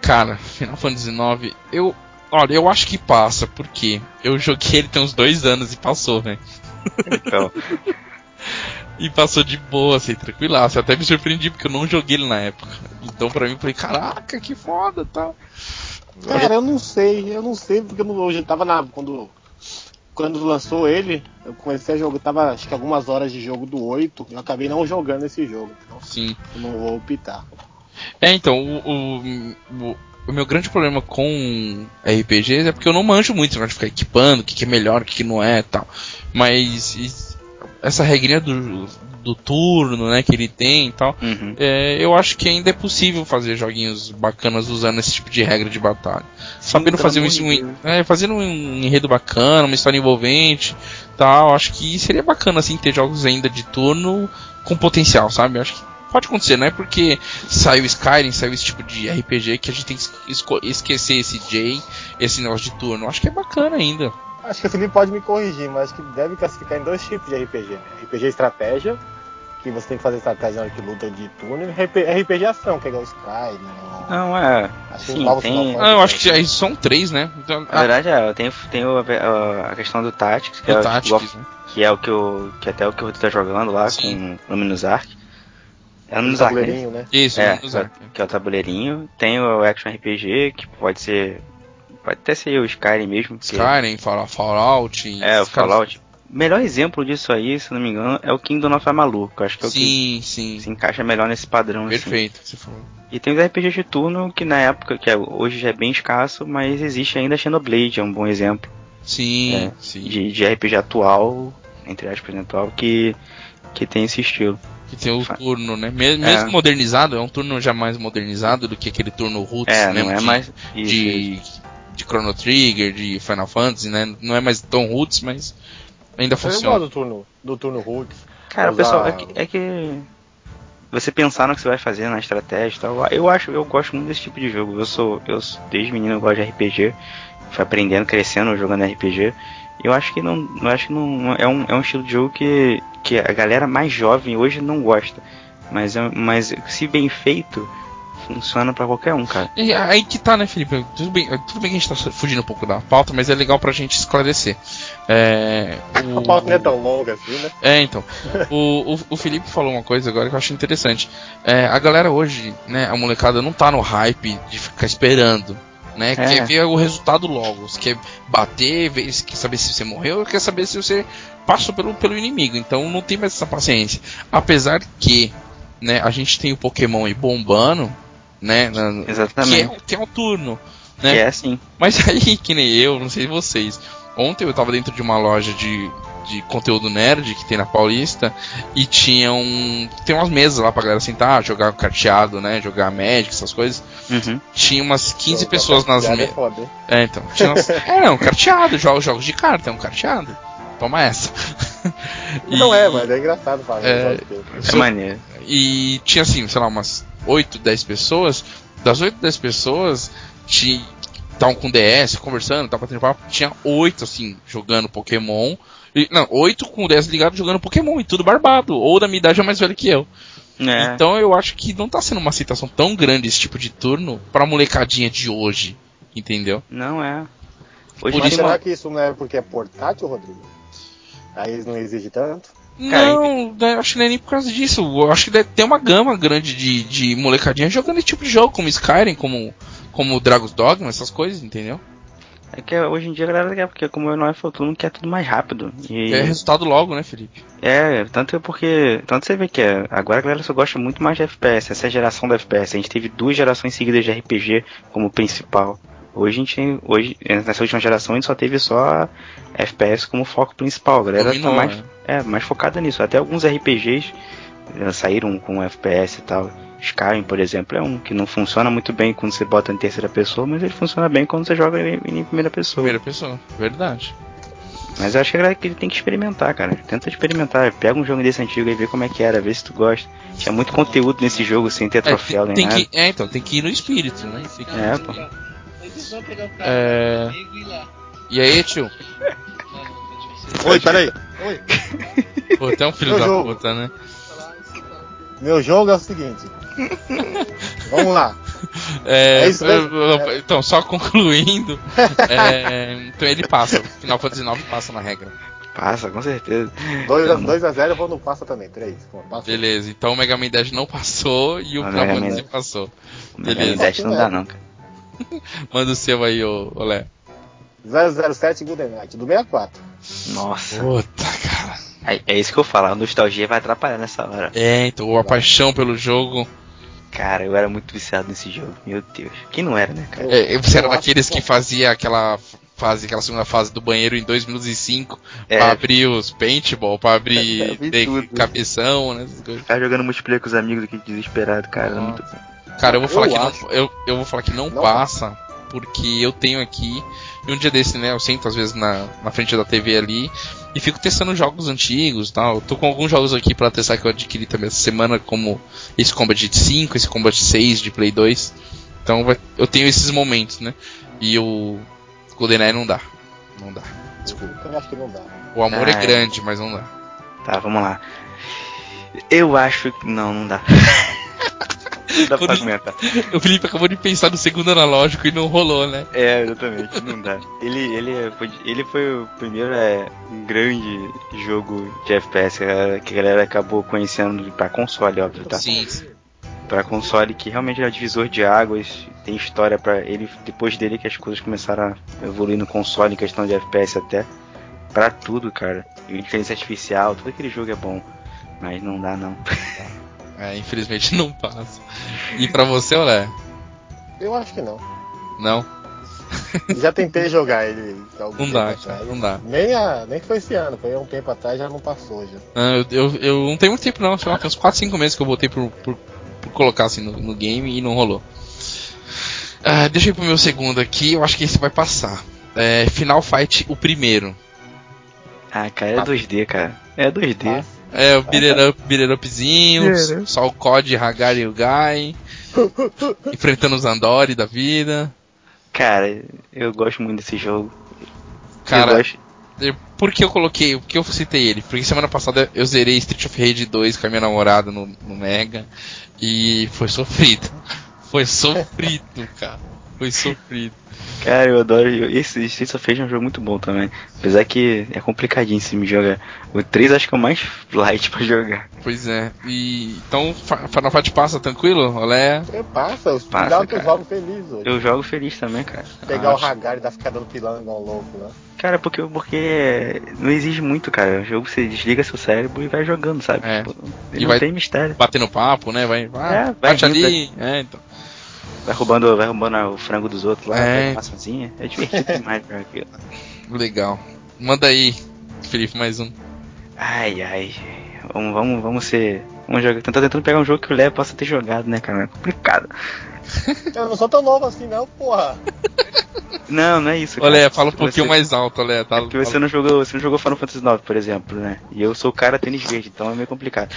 Cara, Final Fantasy IX, eu. Olha, eu acho que passa, porque eu joguei ele tem uns dois anos e passou, né? velho. Então, E passou de boa, assim, tranquilaço. Eu até me surpreendi porque eu não joguei ele na época. Então pra mim eu falei, caraca, que foda tal. Cara, eu não sei, eu não sei, porque eu, não, eu já tava na. Quando, quando lançou ele, eu comecei a jogar, tava acho que algumas horas de jogo do 8, eu acabei não jogando esse jogo, então Sim. eu não vou optar. É, então, o, o, o- o meu grande problema com RPGs é porque eu não manjo muito, esse negócio de ficar equipando, o que, que é melhor, o que, que não é e tal. Mas is- essa regrinha do, do turno, né, que ele tem e tal, uhum. é, eu acho que ainda é possível fazer joguinhos bacanas usando esse tipo de regra de batalha. Sabendo pelo fazer um, amor de um, Deus. é, fazendo um enredo bacana, uma história envolvente tal, acho que seria bacana assim ter jogos ainda de turno com potencial, sabe? Eu Acho que pode acontecer, não é porque saiu Skyrim, saiu esse tipo de RPG que a gente tem que esco- esquecer esse J, esse negócio de turno. Eu Acho que é bacana ainda. Acho que o Felipe pode me corrigir, mas acho que deve classificar em dois tipos de RPG, né? RPG estratégia, que você tem que fazer estratégia na hora que luta de turno, e RP RPG ação, que é igual Skyrim. né? Não, é. Acho que Sim, logo tem. final Ah, eu acho que aí são três, né? Então, Na verdade, é, tem, tem o- a, a questão do Tactics, que, ah, é, o o- Tactics, né? que é o que eu. que até o que o Rodrigo tá jogando lá Sim. com o Luminous Arc. É o Um Luminous Arc, né? tabuleirinho, né? Isso, É, vamos usar. que é o tabuleirinho. Tem o Action RPG, que pode ser. Pode até ser o Skyrim mesmo. que- Skyrim, Fall- Fallout. É, o esses caras- Fallout. Melhor exemplo disso aí, se não me engano, é o Kingdom of Amalur, que eu acho que é o Sim, que sim. se encaixa melhor nesse padrão. assim. Perfeito, que você falou. E tem os RPGs de turno, que na época, que é- hoje já é bem escasso, mas existe ainda Xenoblade, é um bom exemplo Sim, É, sim. de, de RPG atual, entre aspas, né, atual, que, que tem esse estilo. Que tem o turno, né? Me- Mesmo É. modernizado, é um turno já mais modernizado do que aquele turno roots, É, né? não é de, mais. isso, isso. é de, de Chrono Trigger, de Final Fantasy, né? Não é mais tão roots, mas ainda Eu gosto funciona. do turno, do turno Roots. Cara, usar- pessoal, é que, é que você pensar no que você vai fazer na estratégia e tal. Eu acho, eu gosto muito desse tipo de jogo. Eu sou, eu sou- desde menino eu gosto de RPG, fui aprendendo, crescendo, jogando RPG. Eu acho que não, eu acho que não é um, é um estilo de jogo que, que a galera mais jovem hoje não gosta. Mas, é- mas se bem feito, funciona pra qualquer um, cara. E aí que tá, né, Felipe? Tudo bem, tudo bem que a gente tá fugindo um pouco da pauta, mas é legal pra gente esclarecer. É, o- A pauta não é tão longa assim, né? É, então. O, o, o Felipe falou uma coisa agora que eu acho interessante. É, a galera hoje, né, a molecada não tá no hype de ficar esperando. Né, Quer ver o resultado logo. Você quer bater, ver, se- quer saber se você morreu, quer saber se você passou pelo, pelo inimigo. Então não tem mais essa paciência. Apesar que né, a gente tem o Pokémon aí bombando, né? na- que, é, Exatamente. que é um turno. Que né? é assim. Mas aí, que nem eu, não sei vocês. Ontem eu tava dentro de uma loja de, de conteúdo nerd que tem na Paulista e tinha um. Tem umas mesas lá pra galera sentar, jogar carteado, né? Jogar Magic, essas coisas. Uhum. Tinha umas 15 Jogar pessoas nas carteado é mesas. foda, hein? É, então. Tinha umas... é, não, carteado, joga jogos de carta, é um carteado. Toma essa. E- Não é, mas é engraçado falar. É, É maneiro. e tinha assim, sei lá, umas 8, 10 pessoas. Das 8, 10 pessoas, ti- estavam com DS, conversando, estavam batendo papo. Tinha 8, assim, jogando Pokémon. E, não, 8 com o DS ligado jogando Pokémon e tudo barbado. Ou da minha idade é mais velho que eu. É. Então eu acho que não tá sendo uma citação tão grande esse tipo de turno pra molecadinha de hoje. Entendeu? Não é. Por Mas isso- tem uma- será que isso não é porque é portátil, Rodrigo? Aí eles não exigem tanto? Cara, não, né, acho que não é nem por causa disso. Eu acho que deve ter uma gama grande de, de molecadinha jogando esse tipo de jogo, como Skyrim, como, como Dragon's Dogma, essas coisas, entendeu? É que hoje em dia a galera quer, porque como eu não é futuro, quer tudo mais rápido. E É resultado logo, né, Felipe? é, tanto é porque. Tanto você vê que é, agora a galera só gosta muito mais de FPS, essa é a geração da FPS. A gente teve duas gerações seguidas de RPG como principal. Hoje a gente tem- hoje, nessa última geração a gente só teve só FPS como foco principal. A galera Dominou, tá mais, né? é, mais focada nisso. Até alguns RPGs eh, saíram com FPS e tal. Skyrim, por exemplo, é um que não funciona muito bem quando você bota em terceira pessoa, mas ele funciona bem quando você joga em, em primeira pessoa. Primeira pessoa, verdade. Mas eu acho que era que ele tem que experimentar, cara. Tenta experimentar. Pega um jogo desse antigo e vê como é que era, vê se tu gosta. Tinha muito conteúdo nesse jogo sem ter troféu É, nem tem, tem nada. que, é, então, tem que ir no espírito, né? Tem que- É, pô. É. E aí, tio? Oi, peraí. Pô, até um filho Eu da jogo. puta, né? Meu jogo é o seguinte. Vamos lá. É, É isso né? mesmo. eu- eu- Então, só concluindo. é, então ele passa. Final Fantasy IX passa na regra. Passa, com certeza. 2x0 eu vou no passa também. 3. Passa. Beleza, então o Mega Man 10 não passou e o Ah, Final Mega Man Fantasy passou. Mega Beleza. Man 10 é? não dá não, cara. Manda o seu aí, ô, ô Léo. 007 Good Night, do 64. Nossa. Puta, cara. É, é isso que eu falo, a nostalgia vai atrapalhar nessa hora. É, então, a paixão pelo jogo. Cara, eu era muito viciado nesse jogo, meu Deus. Quem não era, né, cara? É, você era Eu acho daqueles que- que fazia aquela fase, aquela segunda fase do banheiro em 2 minutos e 5 É. pra abrir os paintball, pra abrir abri de- tudo. cabeção, né? essas coisas. Ficar tá jogando multiplayer com os amigos aqui desesperado, cara. Era muito bom. Cara, eu vou falar Eu que acho. não, eu, eu vou falar que não, Não passa, porque eu tenho aqui, e um dia desse, né, eu sento às vezes na, na frente da TV ali e fico testando jogos antigos, e tal. Eu tô com alguns jogos aqui pra testar que eu adquiri também essa semana, como esse Combat 5, esse Combat 6 de Play 2. Então vai- eu tenho esses momentos, né? E o GoldenEye não dá. Não dá. Desculpa, eu acho que não dá. O amor Ah, é é. grande, mas não dá. Tá, vamos lá. Eu acho que. Não, não dá. não dá pra argumentar. O Felipe acabou de pensar no segundo analógico e não rolou, né? É, exatamente, não dá. Ele, ele, é- foi, ele foi o primeiro é, grande jogo de FPS que a galera- que a galera acabou conhecendo pra console, óbvio, tá? Sim. Pra console que realmente era divisor de águas, tem história pra ele, depois dele que as coisas começaram a evoluir no console em questão de FPS até. Pra tudo, cara. E inteligência artificial, todo aquele jogo é bom. Mas não dá não. É, infelizmente não passa. E pra você, Olé? Eu acho que não. Não, Já tentei jogar ele algum não tempo dá, atrás. cara, não dá. Nem, a, nem foi esse ano, foi há um tempo atrás, já não passou já. Ah, eu, eu, eu não tenho muito tempo não, sei lá, tem uns 4, 5 meses que eu botei por, por, por colocar assim no, no game e não rolou. Ah, deixa eu ir pro meu segundo aqui, eu acho que esse vai passar. É, Final Fight, o primeiro. Ah, cara, é 2D, cara. É 2D. É, o beat it up, beat it upzinho, só o COD, Hagar e o Guy. enfrentando os Andori da vida. Cara, eu gosto muito desse jogo. eu Cara, gosto. Eu- Por que eu coloquei, por que eu citei ele? Porque semana passada eu zerei Street of Rage 2 com a minha namorada no, no Mega e foi sofrido. Foi sofrido, cara. Foi sofrido. Cara, eu adoro. eu- Esse Streets of Rage é um jogo muito bom também. Apesar que é complicadinho se me jogar. O 3 acho que é o mais light pra jogar. Pois é. E então Fa- Final Fight passa tranquilo? Olé. Eu passa, eu Passa, dá outro cara. jogo feliz hoje. Eu jogo feliz também, cara. Ah, Pegar acho. o Hagar e dar ficar dando pilão igual louco, né? Cara, porque, porque não exige muito, cara. O jogo você desliga seu cérebro e vai jogando, sabe? É. Tipo, E ele não vai- tem mistério. Batendo papo, né? Vai, vai, É, vai bate rindo, ali. É, então. Vai roubando, vai roubando o frango dos outros lá, É. pega uma maçãzinha. É divertido demais jogar aquilo. Legal. Manda aí, Felipe, mais um. Ai, ai. Vamos, vamos, vamos ser. Vamos jogar. Tentar tentando pegar um jogo que o Léo possa ter jogado, né, cara? É complicado. Eu não sou tão novo assim não, porra. Não, não é isso. cara. Olé, fala um pouquinho Você- mais alto, Olé. Tá, É porque você não jogou, você não jogou Final Fantasy IX, por exemplo, né? E eu sou o cara tênis verde, então é meio complicado.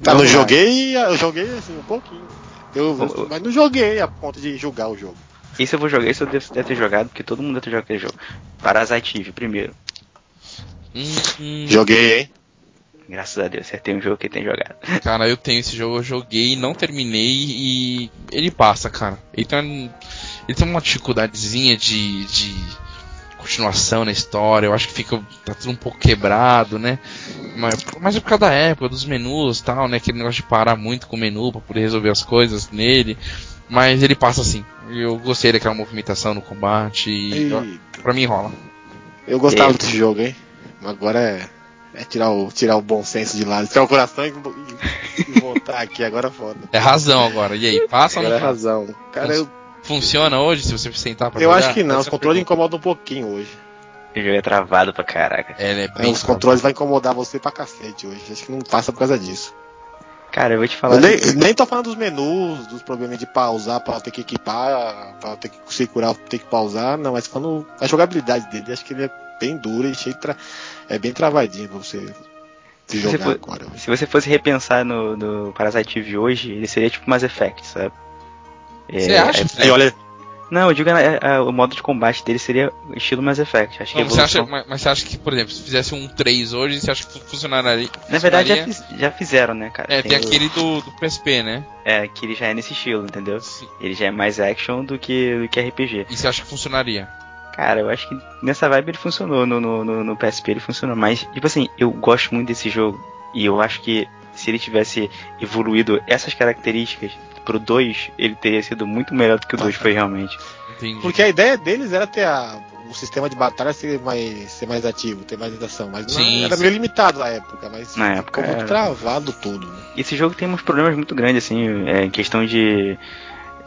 Tá, não Vamos lá. joguei, eu joguei assim, um pouquinho. Eu, Ô, ô. mas não joguei a ponto de julgar o jogo. Esse eu vou jogar, esse eu devo, deve ter jogado, porque todo mundo deve ter jogado aquele jogo. Parasite Eve, primeiro. Hum, hum. Joguei, hein? Graças a Deus, acertei um jogo que tem jogado. Cara, eu tenho esse jogo, eu joguei, não terminei e ele passa, cara. Ele tem, um, ele tem uma dificuldadezinha de, de continuação na história, eu acho que fica tá tudo um pouco quebrado, né? Mas, mas é por causa da época, dos menus e tal, né? Aquele negócio de parar muito com o menu pra poder resolver as coisas nele. Mas ele passa assim. Eu gostei daquela movimentação no combate e eu- pra mim rola. Eu gostava desse jogo, hein? Mas Agora é, é tirar, o, tirar o bom senso de lado, tirar o coração e, e- e voltar aqui, agora é foda. É razão agora. E aí, passa ou Agora é não passa? razão. Cara, eu, Funciona hoje se você sentar pra eu jogar? acho que não, os Essa é a controles pergunta. incomodam um pouquinho hoje. O jogo é travado pra caraca. Ela é É, bem os controles vão incomodar você pra cacete hoje. Acho que não passa por causa disso. Cara, eu vou te falar. Eu nem, eu nem tô falando dos menus, dos problemas de pausar pra ter que equipar, pra ter que se curar, ter que pausar, não, mas falando a jogabilidade dele, acho que ele é bem dura e cheio de tra... é bem travadinha pra você se Se você, jogar for- agora. se você fosse repensar no, no Parasite Eve hoje, ele seria tipo Mass Effect, sabe? É, Você acha, é- Felipe? aí olha- Não, eu digo é, é, o modo de combate dele seria estilo Mass Effect. Acho que Não, a você acha, evolução- mas, mas você acha que, por exemplo, se fizesse um 3 hoje, você acha que fu- funcionaria? Na verdade, já, funcionaria? fiz- já fizeram, né, cara? É, tem o- aquele do, do PSP, né? É, que ele já é nesse estilo, entendeu? Sim. Ele já é mais action do que, do que RPG. E você acha que funcionaria? Cara, eu acho que nessa vibe ele funcionou, no, no, no- no PSP ele funcionou. Mas, tipo assim, eu gosto muito desse jogo. E eu acho que se ele tivesse evoluído essas características pro 2, ele teria sido muito melhor do que o 2 foi realmente. Entendi. Porque a ideia deles era ter a- o sistema de batalha ser mais, ser mais ativo, ter mais ação, mas não- Sim, era sim. meio limitado na época, mas Na ficou época muito era. travado tudo. Né? Esse jogo tem uns problemas muito grandes, assim, é, em questão de.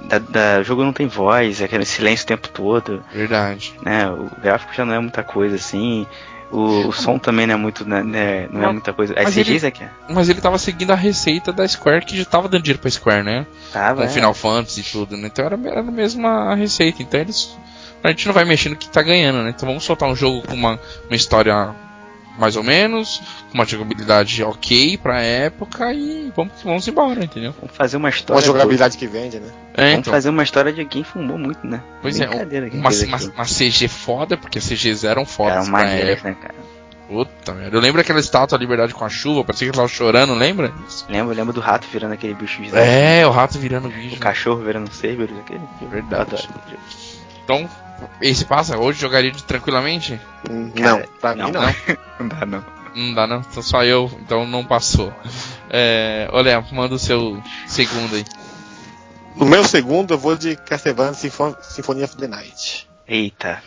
Da, da- o jogo não tem voz, é aquele silêncio o tempo todo. Verdade. né? O gráfico já não é muita coisa assim. O, o som também não é muito, né, né, não é Mas- muita coisa. As mas CGs é que Mas ele tava seguindo a receita da Square, que já tava dando dinheiro pra Square, né? tava. Com é. Final Fantasy e tudo, né? Então era, era a mesma receita. Então eles. A gente não vai mexendo no que tá ganhando, né? Então vamos soltar um jogo com uma, uma história mais ou menos, com uma jogabilidade ok pra época e vamos, vamos embora, entendeu? Vamos fazer uma Com a história. jogabilidade que vende, né? É, Vamos fazer uma história de quem fumou muito, né? Pois é, Brincadeira, quem uma, fez uma, aquilo. uma CG foda, porque as CGs eram Eram fodas pra maneiras, época. né, cara? Puta merda. Eu lembro aquela estátua da liberdade com a chuva, parecia que ele tava chorando, lembra? Lembra, lembra do rato virando aquele bicho de É, o rato virando bicho. É O cachorro virando um cerveiro, aquele. Verdade. Eu adoro. Então, esse passa hoje jogaria de- tranquilamente? Hum, Cara, não, pra mim não. Não né? dá, não. Não dá, não. Então só eu, então não passou. É, olha, manda o seu segundo aí. No meu segundo eu vou de Castlevania Sinfon Symphony of the Night. Eita.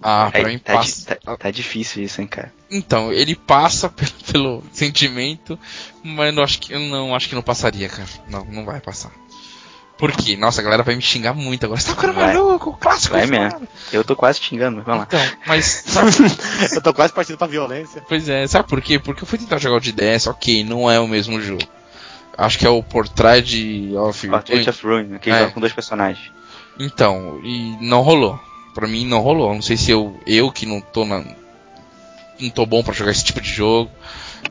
Ah, pra Aí, mim tá, di- passa. tá- tá difícil isso, hein, cara. Então, ele passa pelo, pelo sentimento, mas não acho que eu não acho que não passaria, cara. Não, não vai passar. Por quê? Nossa, a galera vai me xingar muito agora. Você tá ficando Vai. maluco, clássico. Vai cara." mesmo. Eu tô quase te xingando, mas vamos lá. Então, mas sabe, eu tô quase partindo pra violência. pois é, sabe por quê? Porque eu fui tentar jogar o de DS, ok, não é o mesmo jogo. Acho que é o Portrait of Portrait of Ruin, aquele Então, É. jogo com dois personagens. Então, e não rolou. Pra mim não rolou. Não sei se eu, eu que não tô na. Não tô bom pra jogar esse tipo de jogo.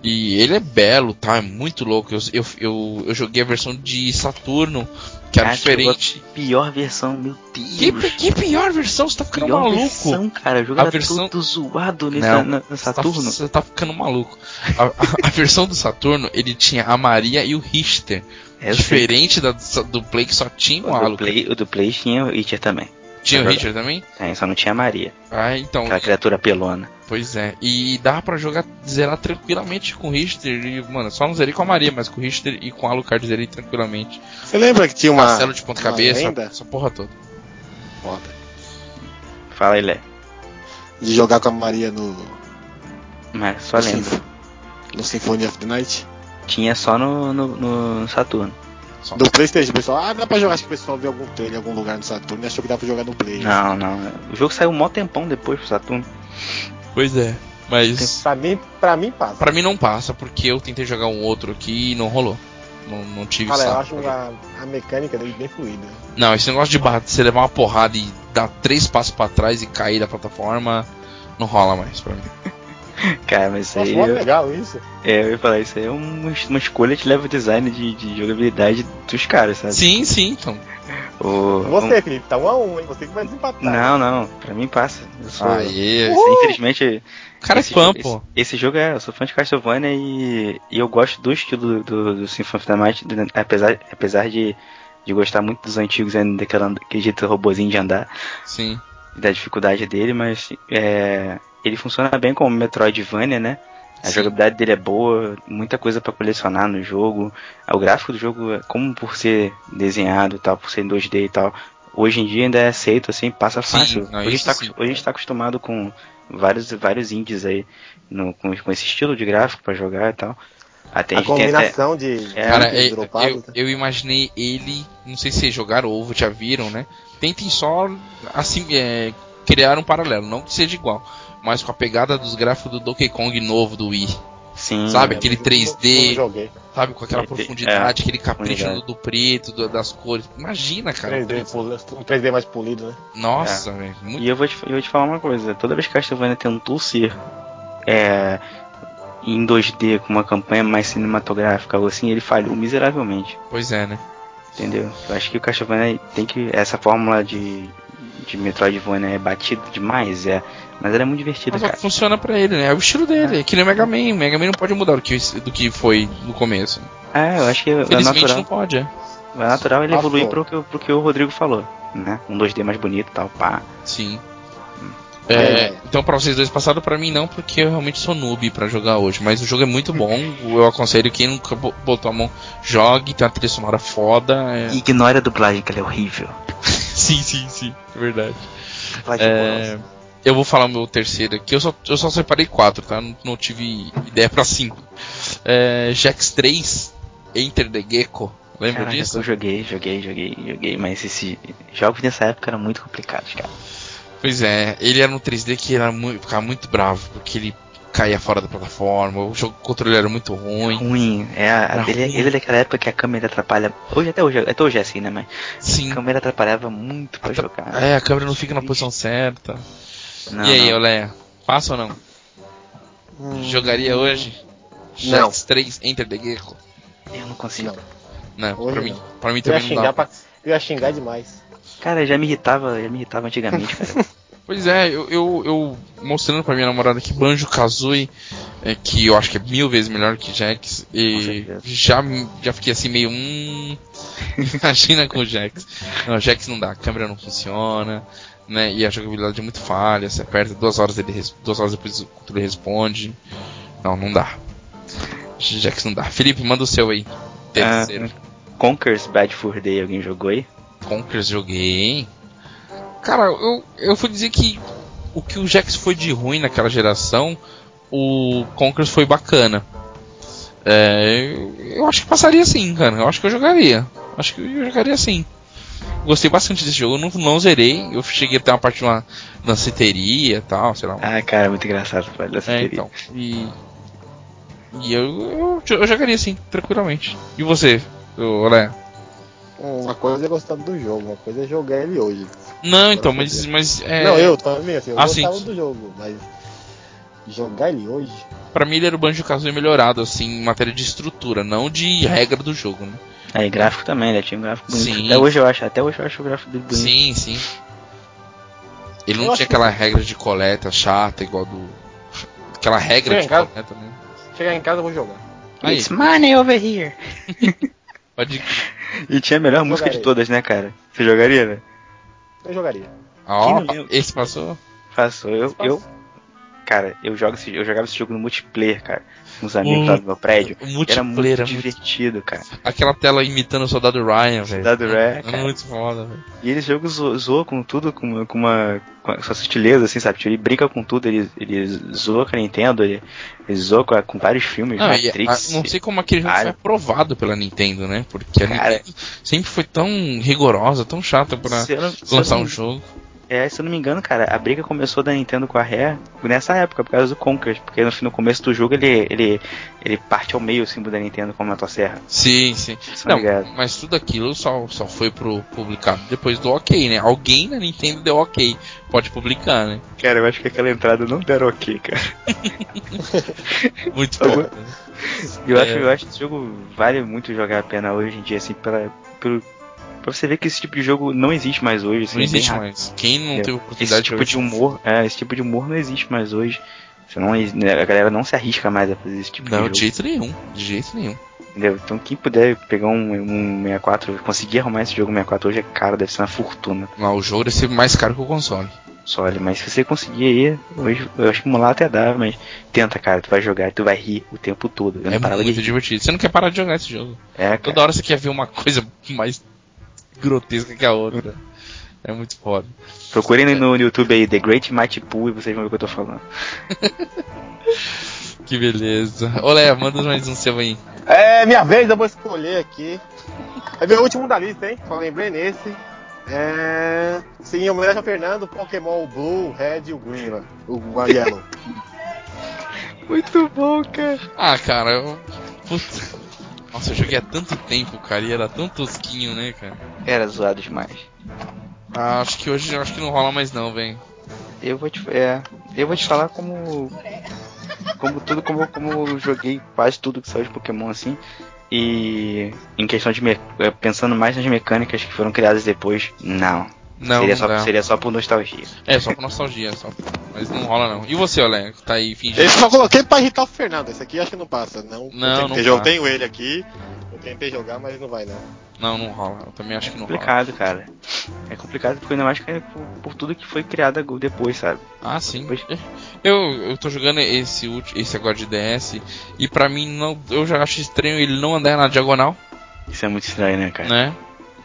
E ele é belo, tá? É muito louco. Eu, eu, eu, eu joguei a versão de Saturno, que era Ah, diferente. Pior versão, meu Deus. Que, pi- que pior versão? Você tá ficando Pior maluco. versão, cara. O jogo A era versão- todo zoado nesse, na, Não. na Você tá- Saturno. Você tá, ficando maluco. A, a- a versão do Saturno, ele tinha a Maria e o Richter. É, eu sei. diferente da, do Play que só tinha o O do, Alucard. Play, o do Play tinha o Itcher também. Tinha É o verdade. Richter também? É, só não tinha a Maria. Ah, então. Aquela criatura pelona. Pois é, e dá pra jogar, zerar tranquilamente com o Richter. E, mano, só não zerei com a Maria, mas com o Richter e com o Alucard zerei tranquilamente. Você lembra que tinha uma. Ah, Marcelo de ponta-cabeça, lenda? essa porra toda. Foda. Fala aí, Lé. De jogar com a Maria no. Mas só no lembra. Sinf- No Symphony of the Night. Tinha só no, no, no Saturno. Só. Do Playstation, o pessoal. Ah, dá pra jogar. Acho que o pessoal viu algum trailer em algum lugar no Saturno e achou que dá pra jogar no Play. Não, não. O jogo saiu mó tempão depois pro Saturno. Pois é, mas Pra mim, pra mim passa. pra mim não passa, porque eu tentei jogar um outro aqui e não rolou. Não, não tive Cara, eu saco acho pra jogar. a, a mecânica dele bem fluida. Não, esse negócio de barra, de você levar uma porrada e dar três passos pra trás e cair da plataforma, não rola mais pra mim. Cara, mas isso Nossa, aí. mó Eu, legal isso. é, eu ia falar, isso aí é uma, uma escolha de level design de, de jogabilidade dos caras, sabe? Sim, sim, então. O, Você, Felipe, tá um a um, hein? Você que vai o- desempatar. Não, não. Pra mim passa. Eu sou. Aê, Infelizmente, o cara é esse, jogo- fã, pô. Esse, esse jogo é, eu sou fã de Castlevania e, e eu gosto do estilo do, do, do Symphony of the Night, do- apesar, apesar de, de gostar muito dos antigos, ainda daquela, daquele jeito robozinho de andar, Sim. e da dificuldade dele, mas é, ele funciona bem como Metroidvania, né? A Sim. jogabilidade dele é boa, muita coisa pra colecionar no jogo. O gráfico do jogo, como por ser desenhado e tal, por ser em 2D e tal, hoje em dia ainda é aceito, assim, passa Sim, fácil. hoje, não, a gente isso tá, sim. é. acos- hoje a gente tá acostumado com vários, vários indies aí, no- com, com esse estilo de gráfico pra jogar e tal. Até A gente tem até- combinação de. É, Cara, de eu, dropado, eu- tá? eu imaginei ele. Não sei se vocês jogaram ou já viram, né? Tentem só assim, é, criar um paralelo, não que seja igual, mas com a pegada dos gráficos do Donkey Kong novo do Wii. Sim. Sabe, É, aquele mas eu 3D. Não joguei. sabe? Com aquela É, profundidade, é, aquele capricho unidade. do, do preto, do- das cores. Imagina, cara. 3D, pul- um 3D mais polido, né? É. Nossa, velho. Muito E eu vou, te, eu vou te falar uma coisa, toda vez que a Castlevania tentou ser é, em 2D com uma campanha mais cinematográfica ou assim, ele falhou miseravelmente, Pois é, né? entendeu? Eu acho que o Castlevania tem que. Essa fórmula de, de Metroidvania é batida demais, é. Mas ela é muito divertida, Mas só cara. que funciona pra ele, né? É o estilo dele, é que nem o Mega Man. O Mega Man não pode mudar do que, do que foi no começo. É, eu acho que é Felizmente natural. não pode, é. É natural ele Ah, evoluir pô. pro que, pro que o Rodrigo falou, né? Um 2D mais bonito e tal, pá. Sim. É, É. então pra vocês dois passaram, pra mim não, porque eu realmente sou noob pra jogar hoje. Mas o jogo é muito bom, eu aconselho quem nunca bo- botou a mão, jogue, tem uma trilha sonora foda. é- Ignora a dublagem, que ela é horrível. sim, sim, sim, é verdade. Dublagem É, horrorosa. eu vou falar o meu terceiro aqui. Eu só, eu só separei quatro, tá? Não, não tive ideia pra cinco. É, Jax 3, Enter the Gecko. Lembra Caraca, disso? Eu joguei, joguei, joguei, joguei, mas esses jogos nessa época eram muito complicados, cara. Pois é, ele era um 3D que era muito, ficava muito bravo, porque ele caía fora da plataforma, o jogo o controle era muito ruim. Ruim. É, a- Era ele, ruim. ele é daquela época que a câmera atrapalha. Hoje até hoje, até hoje é assim, né? Mas Sim. a câmera atrapalhava muito pra Atra- jogar. É, a câmera não fica na posição certa. Não, e aí, não. Olé, passa ou não? Hum. Jogaria hoje? Não. Jax 3, Enter the Gecko? eu... não consigo. Não. Não, Hoje pra mim, não. pra mim Eu ia, também não dá. xingar pra... eu ia xingar demais. Cara, já me irritava, já me irritava antigamente, cara. Pois é, eu, eu, eu mostrando pra minha namorada que Banjo Kazooie, é, que eu acho que é mil vezes melhor que Jax, Com e certeza. já, me- já fiquei assim meio. Hum, imagina com o Jax. Não, Jax não dá, a câmera não funciona, né? E a jogabilidade é muito falha, você aperta duas horas ele res- duas horas depois o controle responde. Não, não dá. Jax não dá. Felipe, manda o seu aí. Terceiro. Conker's Bad Fur Day, alguém jogou aí? Conkers joguei. Cara, eu, eu vou dizer que o que o Jax foi de ruim naquela geração, o Conkers foi bacana. É, eu, eu acho que passaria sim, cara. Eu acho que eu jogaria. Acho que eu jogaria sim. Gostei bastante desse jogo, eu não, não zerei. Eu cheguei até uma parte de uma danceteria e tal, sei lá. Ah, cara, muito engraçado, velho. essa é, teoria. então. E, e eu, eu, eu jogaria sim, tranquilamente. E você, Olé? Uma coisa é gostar do jogo, uma coisa é jogar ele hoje. Não, então, mas. mas é... Não, eu também, assim, eu Ah, gostava sim. do jogo, mas jogar ele hoje. Pra mim ele era o Banjo Kazooie melhorado, assim, em matéria de estrutura, não de regra do jogo, né? Aí gráfico também, né? Tinha um gráfico bonito. Sim. Até hoje eu acho, até hoje eu acho o gráfico dele bonito. Sim, sim. Ele não tinha Eu acho que- aquela regra de coleta chata, igual do. Aquela regra Vem de cá. coleta, né? Chegar em casa eu vou jogar. Aí, It's money over here. pode. E tinha a melhor música de Jogaria. todas, né, cara? Você jogaria, né? Eu jogaria. não Ó, lembra? esse passou. Faço. Eu, eu, cara, eu, jogo esse, eu jogava esse jogo no multiplayer, cara. Com os amigos lá do meu prédio. Era muito Multiplayer, era muito- divertido, cara. aquela tela imitando o soldado Ryan, velho. Soldado Ryan, Era cara. muito foda, velho. E ele jogo zo- zoa com tudo, com uma, com uma, com a sua sutileza, assim, sabe? Tipo, Ele brinca com tudo, ele, ele zoa com a Nintendo, ele, ele zoa com, a- com vários filmes, Não, e Matrix. a- não sei como aquele jogo foi Cara. aprovado pela Nintendo, né? Porque a Cara. Nintendo sempre foi tão rigorosa, tão chata pra Se eu não- se eu lançar não- um jogo. É, se eu não me engano, cara, a briga começou da Nintendo com a Rare nessa época, por causa do Conker, porque no, no começo do jogo ele, ele, ele parte ao meio o símbolo da Nintendo como uma serra. Sim, sim. Tá Não, ligado? mas tudo aquilo só, só foi pro publicado depois do ok, né? Alguém na Nintendo deu ok. Pode publicar, né? Cara, eu acho que aquela entrada não deram ok, cara. Muito Algum- bom. Eu, É. acho, eu acho que esse jogo vale muito jogar a pena hoje em dia, assim, pela, pelo, pra você ver que esse tipo de jogo não existe mais hoje. Assim, Não é bem existe raro. mais. Quem não É. teve oportunidade Esse tipo de humor, é, esse tipo de humor não existe mais hoje. Você não, né, a galera não se arrisca mais a fazer esse tipo de Não, de jogo. jeito nenhum. De jeito nenhum. entendeu? Então quem puder pegar um, um 64, conseguir arrumar esse jogo 64 hoje é caro, deve ser uma fortuna. Não, o jogo deve ser mais caro que o console. Só olha, mas se você conseguir aí, hoje eu acho que emular até dá, mas tenta, cara, tu vai jogar, tu vai rir o tempo todo. Eu não É parava muito de rir. divertido. Você não quer parar de jogar esse jogo. É, cara. Toda hora você quer ver uma coisa mais grotesca que a outra. É muito foda. Procurem no no YouTube aí The Great Mighty Pooh e vocês vão ver o que eu tô falando. Que beleza. Olé, manda mais um seu aí. É, minha vez, eu vou escolher aqui. É meu último da lista, hein? Só lembrei nesse. É... Sim, em homenagem ao Fernando, Pokémon Blue, Red e o Green, né? O o Yellow. Muito bom, cara. Ah, cara, eu. Puta. Nossa, eu joguei há tanto tempo, cara, e era tão tosquinho, né, cara? Era zoado demais. Ah, acho que hoje acho que não rola mais não, velho. Eu vou te, é, eu vou te falar como como tudo como como eu joguei quase tudo que saiu de Pokémon assim e em questão de me- é, pensando mais nas mecânicas que foram criadas depois, não. Não, seria, não só, dá. seria só por nostalgia. É, só por nostalgia, só. Mas não rola não. E você, Olé, que tá aí fingindo. Eu só coloquei pra irritar o Fernando. Esse aqui acho que não passa. Não, Não, eu não tentei, eu passa. tenho ele aqui. Eu tentei jogar, mas não vai não. Não, não rola. Eu também acho que não rola. Complicado, cara. É complicado porque ainda mais que é por, por tudo que foi criado depois, sabe? Ah, sim. Pois- Eu, eu tô jogando esse ulti- esse agora de DS e pra mim não, eu já acho estranho ele não andar na diagonal, Isso é muito estranho, né, cara? né?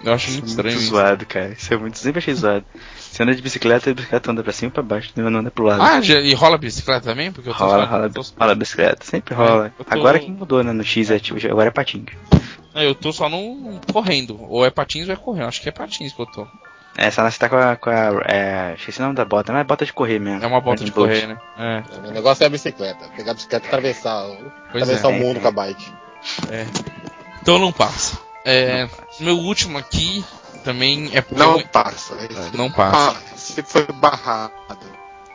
Eu acho muito Isso é estranho. muito isso. zoado, cara. Isso é muito. Sempre achei zoado. Você anda de bicicleta, a bicicleta anda pra cima e pra baixo, não anda pro lado. Ah, já- e rola bicicleta também? Porque eu tô rola, só- rola, tô- rola bicicleta. Sempre rola. eu tô- Agora que mudou, né? No X é tipo, agora é patinho. É, eu tô só não correndo. Ou é patins ou é correndo. Acho que é patins que eu tô. É, só você tá com a. Com a é, esqueci o nome da bota, mas tipo, é bota de correr mesmo. É uma bota de Bolt. correr, né? É, O meu negócio é a bicicleta. Pegar a bicicleta e atravessar, o- Pois atravessar é. o mundo com a bike. é. Então não passa. É, meu último aqui também é Não Pokémon. passa. é Esse Não passa. pa- Se foi barrado.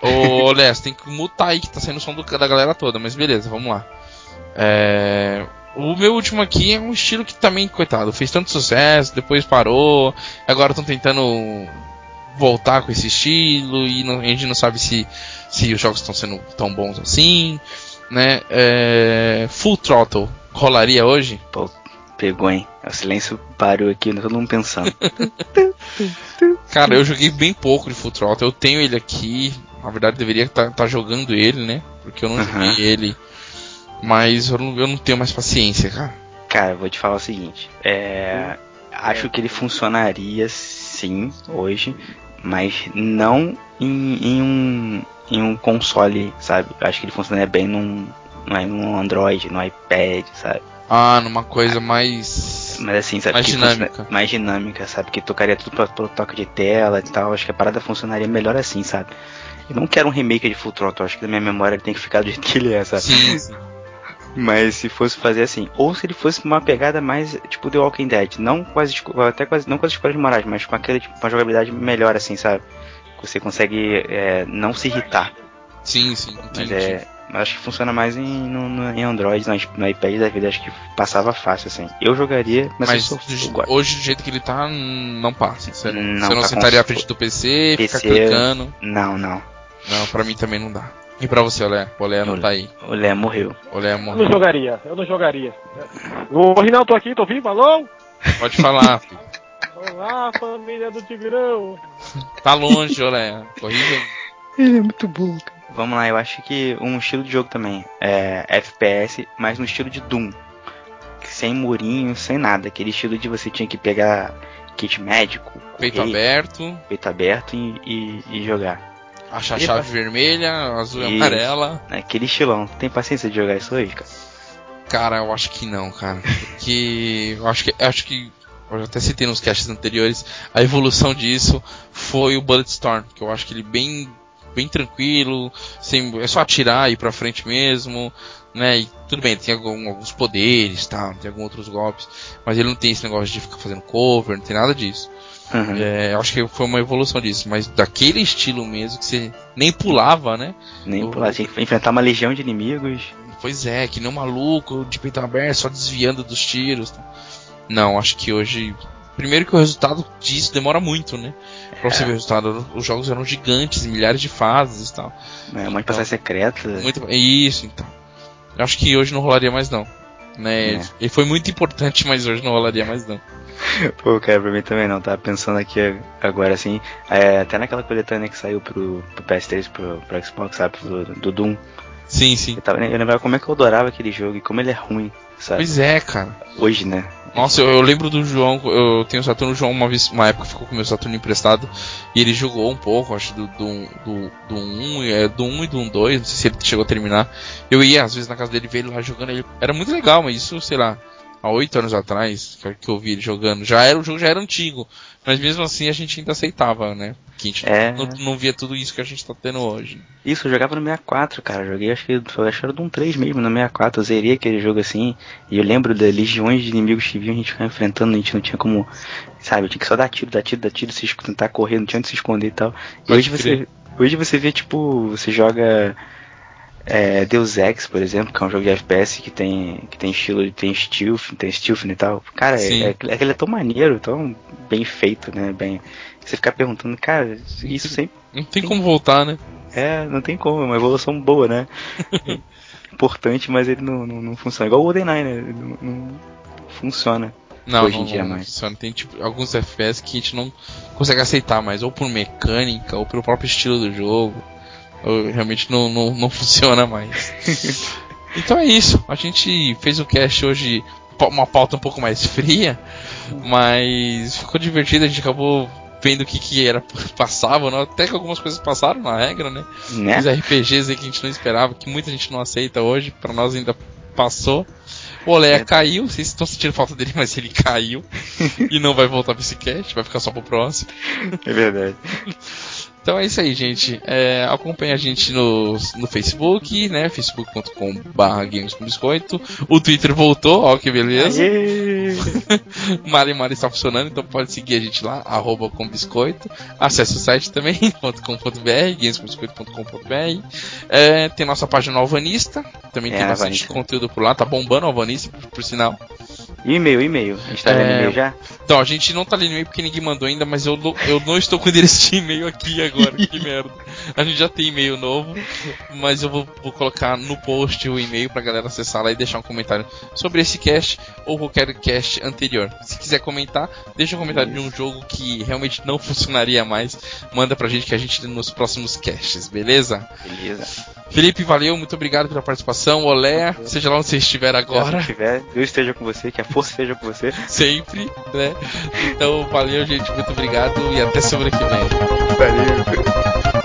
Ô, Léo, tem que mutar aí que tá saindo o som do- da galera toda, mas beleza, vamos lá. É, O meu último aqui é um estilo que também, coitado, fez tanto sucesso, depois parou, agora estão tentando voltar com esse estilo e não- a gente não sabe se, se os jogos estão sendo tão bons assim, né? É, Full Throttle rolaria hoje? Pô, pegou, hein? O silêncio parou aqui, né? todo mundo pensando. Cara, eu joguei bem pouco de Full Throttle. Eu tenho ele aqui. Na verdade, eu deveria estar jogando ele, né? Porque eu não Aham. joguei ele. Mas eu não, eu não tenho mais paciência, cara. Cara, eu vou te falar o seguinte. É, acho que ele funcionaria sim hoje, mas não em, em um, em um console, sabe? Eu acho que ele funcionaria bem num, é num Android, no iPad, sabe? Ah, numa coisa mais. Mas assim, sabe? Mais que dinâmica. funciona- mais dinâmica, sabe? Que tocaria tudo pra- pelo toque de tela e tal. Acho que a parada funcionaria melhor assim, sabe? Eu não quero um remake de Full Throttle. Acho que na minha memória ele tem que ficar do jeito que ele é, sabe? Sim, sim. Mas se fosse fazer assim, ou se ele fosse uma pegada mais tipo The Walking Dead, não com as esco- até quase não com as escolhas de Moraes, mas com aquele tipo, uma jogabilidade melhor assim, sabe? Que você consegue é, não se irritar. Sim, sim. Mas Entendi. é, mas acho que funciona mais em, no, no- em Android, no, i- no iPad da vida, acho que passava fácil assim. Eu jogaria, mas, Mas eu sou do je- eu gosto. hoje, do jeito que ele tá, hum, não passa. Você não, Não, você não tá sentaria à com- frente do PC, fica PC. clicando. Não, não. Não, pra mim também não dá. E pra você, Olé? O Olé não Olé. tá aí. O Lé morreu. O Olé Eu não morreu. jogaria, eu não jogaria. Ô, Rinaldo, tô aqui, tô vivo, alô? Pode falar. filho. Olá, família do Tigrão. Tá longe, Olé. Corrija aí. Vamos lá, eu acho que um estilo de jogo também é FPS, mas no estilo de Doom. Sem murinho, sem nada. Aquele estilo de você tinha que pegar kit médico, Peito correr, aberto. peito aberto e, e- e jogar. Achar a chave vermelha, azul e Isso. amarela. É Aquele estilão. Tem paciência de jogar isso hoje, cara? Cara, eu acho que não, cara. Porque eu acho que acho que eu já até citei nos casts anteriores, a evolução disso foi o Bulletstorm, que eu acho que ele bem bem tranquilo, sem, é só atirar e ir pra frente mesmo, né? E tudo bem, ele tem algum- alguns poderes, tá, tem alguns outros golpes, mas ele não tem esse negócio de ficar fazendo cover, não tem nada disso. Uhum. É, eu acho que foi uma evolução disso, mas daquele estilo mesmo que você nem pulava, né? Nem pular, tinha que enfrentar uma legião de inimigos. Pois é, que nem um maluco de peito aberto, só desviando dos tiros. tá? Não, acho que hoje. Primeiro que o resultado disso demora muito, né? Pra você ver o resultado. Os jogos eram gigantes, milhares de fases e tal. Né? Um monte de passagem secreta. Então. Muito... é Isso, então. Eu acho que hoje não rolaria mais não. Né? É. Ele foi muito importante, mas hoje não rolaria mais não. Pô, cara, pra mim também não. Tava pensando aqui agora, assim, é, até naquela coletânea que saiu pro, pro PS3, pro, pro Xbox, sabe? Do, do Doom. Sim, sim. Eu, tava, eu lembrava como é que eu adorava aquele jogo e como ele é ruim, sabe? Pois é, cara. Hoje, né? Nossa, eu, eu lembro do João, eu tenho o Saturno, o João uma vez, uma época ficou com o meu Saturno emprestado e ele jogou um pouco, acho, do, do, do, do 1, é, do 1 e do 1, 2, não sei se ele chegou a terminar. Eu ia às vezes na casa dele ver ele lá jogando, ele, era muito legal, mas isso, sei lá, há oito anos atrás, que eu- que eu vi ele jogando, já era, o jogo já era antigo. Mas mesmo assim a gente ainda aceitava, né? Que a gente É. não, não via tudo isso que a gente tá tendo hoje. Isso, eu jogava no 64, cara. Joguei, acho que, acho que era de um 3 mesmo, no 64. Eu zerei aquele jogo assim. E eu lembro das legiões de inimigos que vinham, a gente ficava enfrentando, a gente não tinha como. Sabe, tinha que só dar tiro, dar tiro, dar tiro, se es- tentar correr, não tinha onde se esconder e tal. E Pode hoje você, crer. hoje você vê, tipo, você joga. É, Deus Ex, por exemplo, que é um jogo de FPS que tem, que tem estilo, tem stealth, tem stealth e tal. Cara, Sim. é, é, aquele é tão maneiro, tão bem feito, né? Bem, você fica perguntando, cara, isso sempre. Não tem como voltar, né? É, não tem como, é uma evolução boa, né? Importante, mas ele não, não, não funciona. Igual o GoldenEye, né? Ele não, não funciona. Não, Hoje em não, dia, é não mas- funciona. Tem tipo, alguns FPS que a gente não consegue aceitar mais, ou por mecânica, ou pelo próprio estilo do jogo. Ou realmente não, não, não funciona mais. então é isso. A gente fez o cast hoje pa- uma pauta um pouco mais fria, mas ficou divertido, a gente acabou vendo o que, que era passava, né? até que algumas coisas passaram na regra, né? Né? Os RPGs aí que a gente não esperava, que muita gente não aceita hoje, pra nós ainda passou. O Olé caiu, vocês estão sentindo falta dele, mas ele caiu. e não vai voltar pra esse cast, vai ficar só pro próximo. É verdade. Então é isso aí, gente. É, acompanha a gente no, no Facebook, né? facebook.com.br games com biscoito. O Twitter voltou, ó que beleza. Aê! Mari Mari está funcionando, então pode seguir a gente lá, arroba com biscoito. Acesse o site também, .com.br, gamescombiscoito.com.br. É, tem nossa página no Alvanista, também É, tem bastante Alvanista. conteúdo por lá, tá bombando o Alvanista, por, por sinal. E-mail, e-mail. A gente tá lendo É. e-mail já? Então, a gente não tá lendo e-mail porque ninguém mandou ainda, mas eu, não- eu não estou com o endereço de e-mail aqui agora, que merda. A gente já tem e-mail novo, mas eu vou, vou colocar no post o e-mail pra galera acessar lá e deixar um comentário sobre esse cast ou qualquer cast anterior. Se quiser comentar, deixa um comentário de um jogo que realmente não funcionaria mais, manda pra gente que a gente lê nos próximos casts, beleza? Beleza. Felipe, valeu, muito obrigado pela participação. Olé, seja lá onde você estiver agora. Se tiver, Deus esteja com você, que a força esteja com você. sempre, né? Então, valeu, gente, muito obrigado e até semana que vem. Valeu.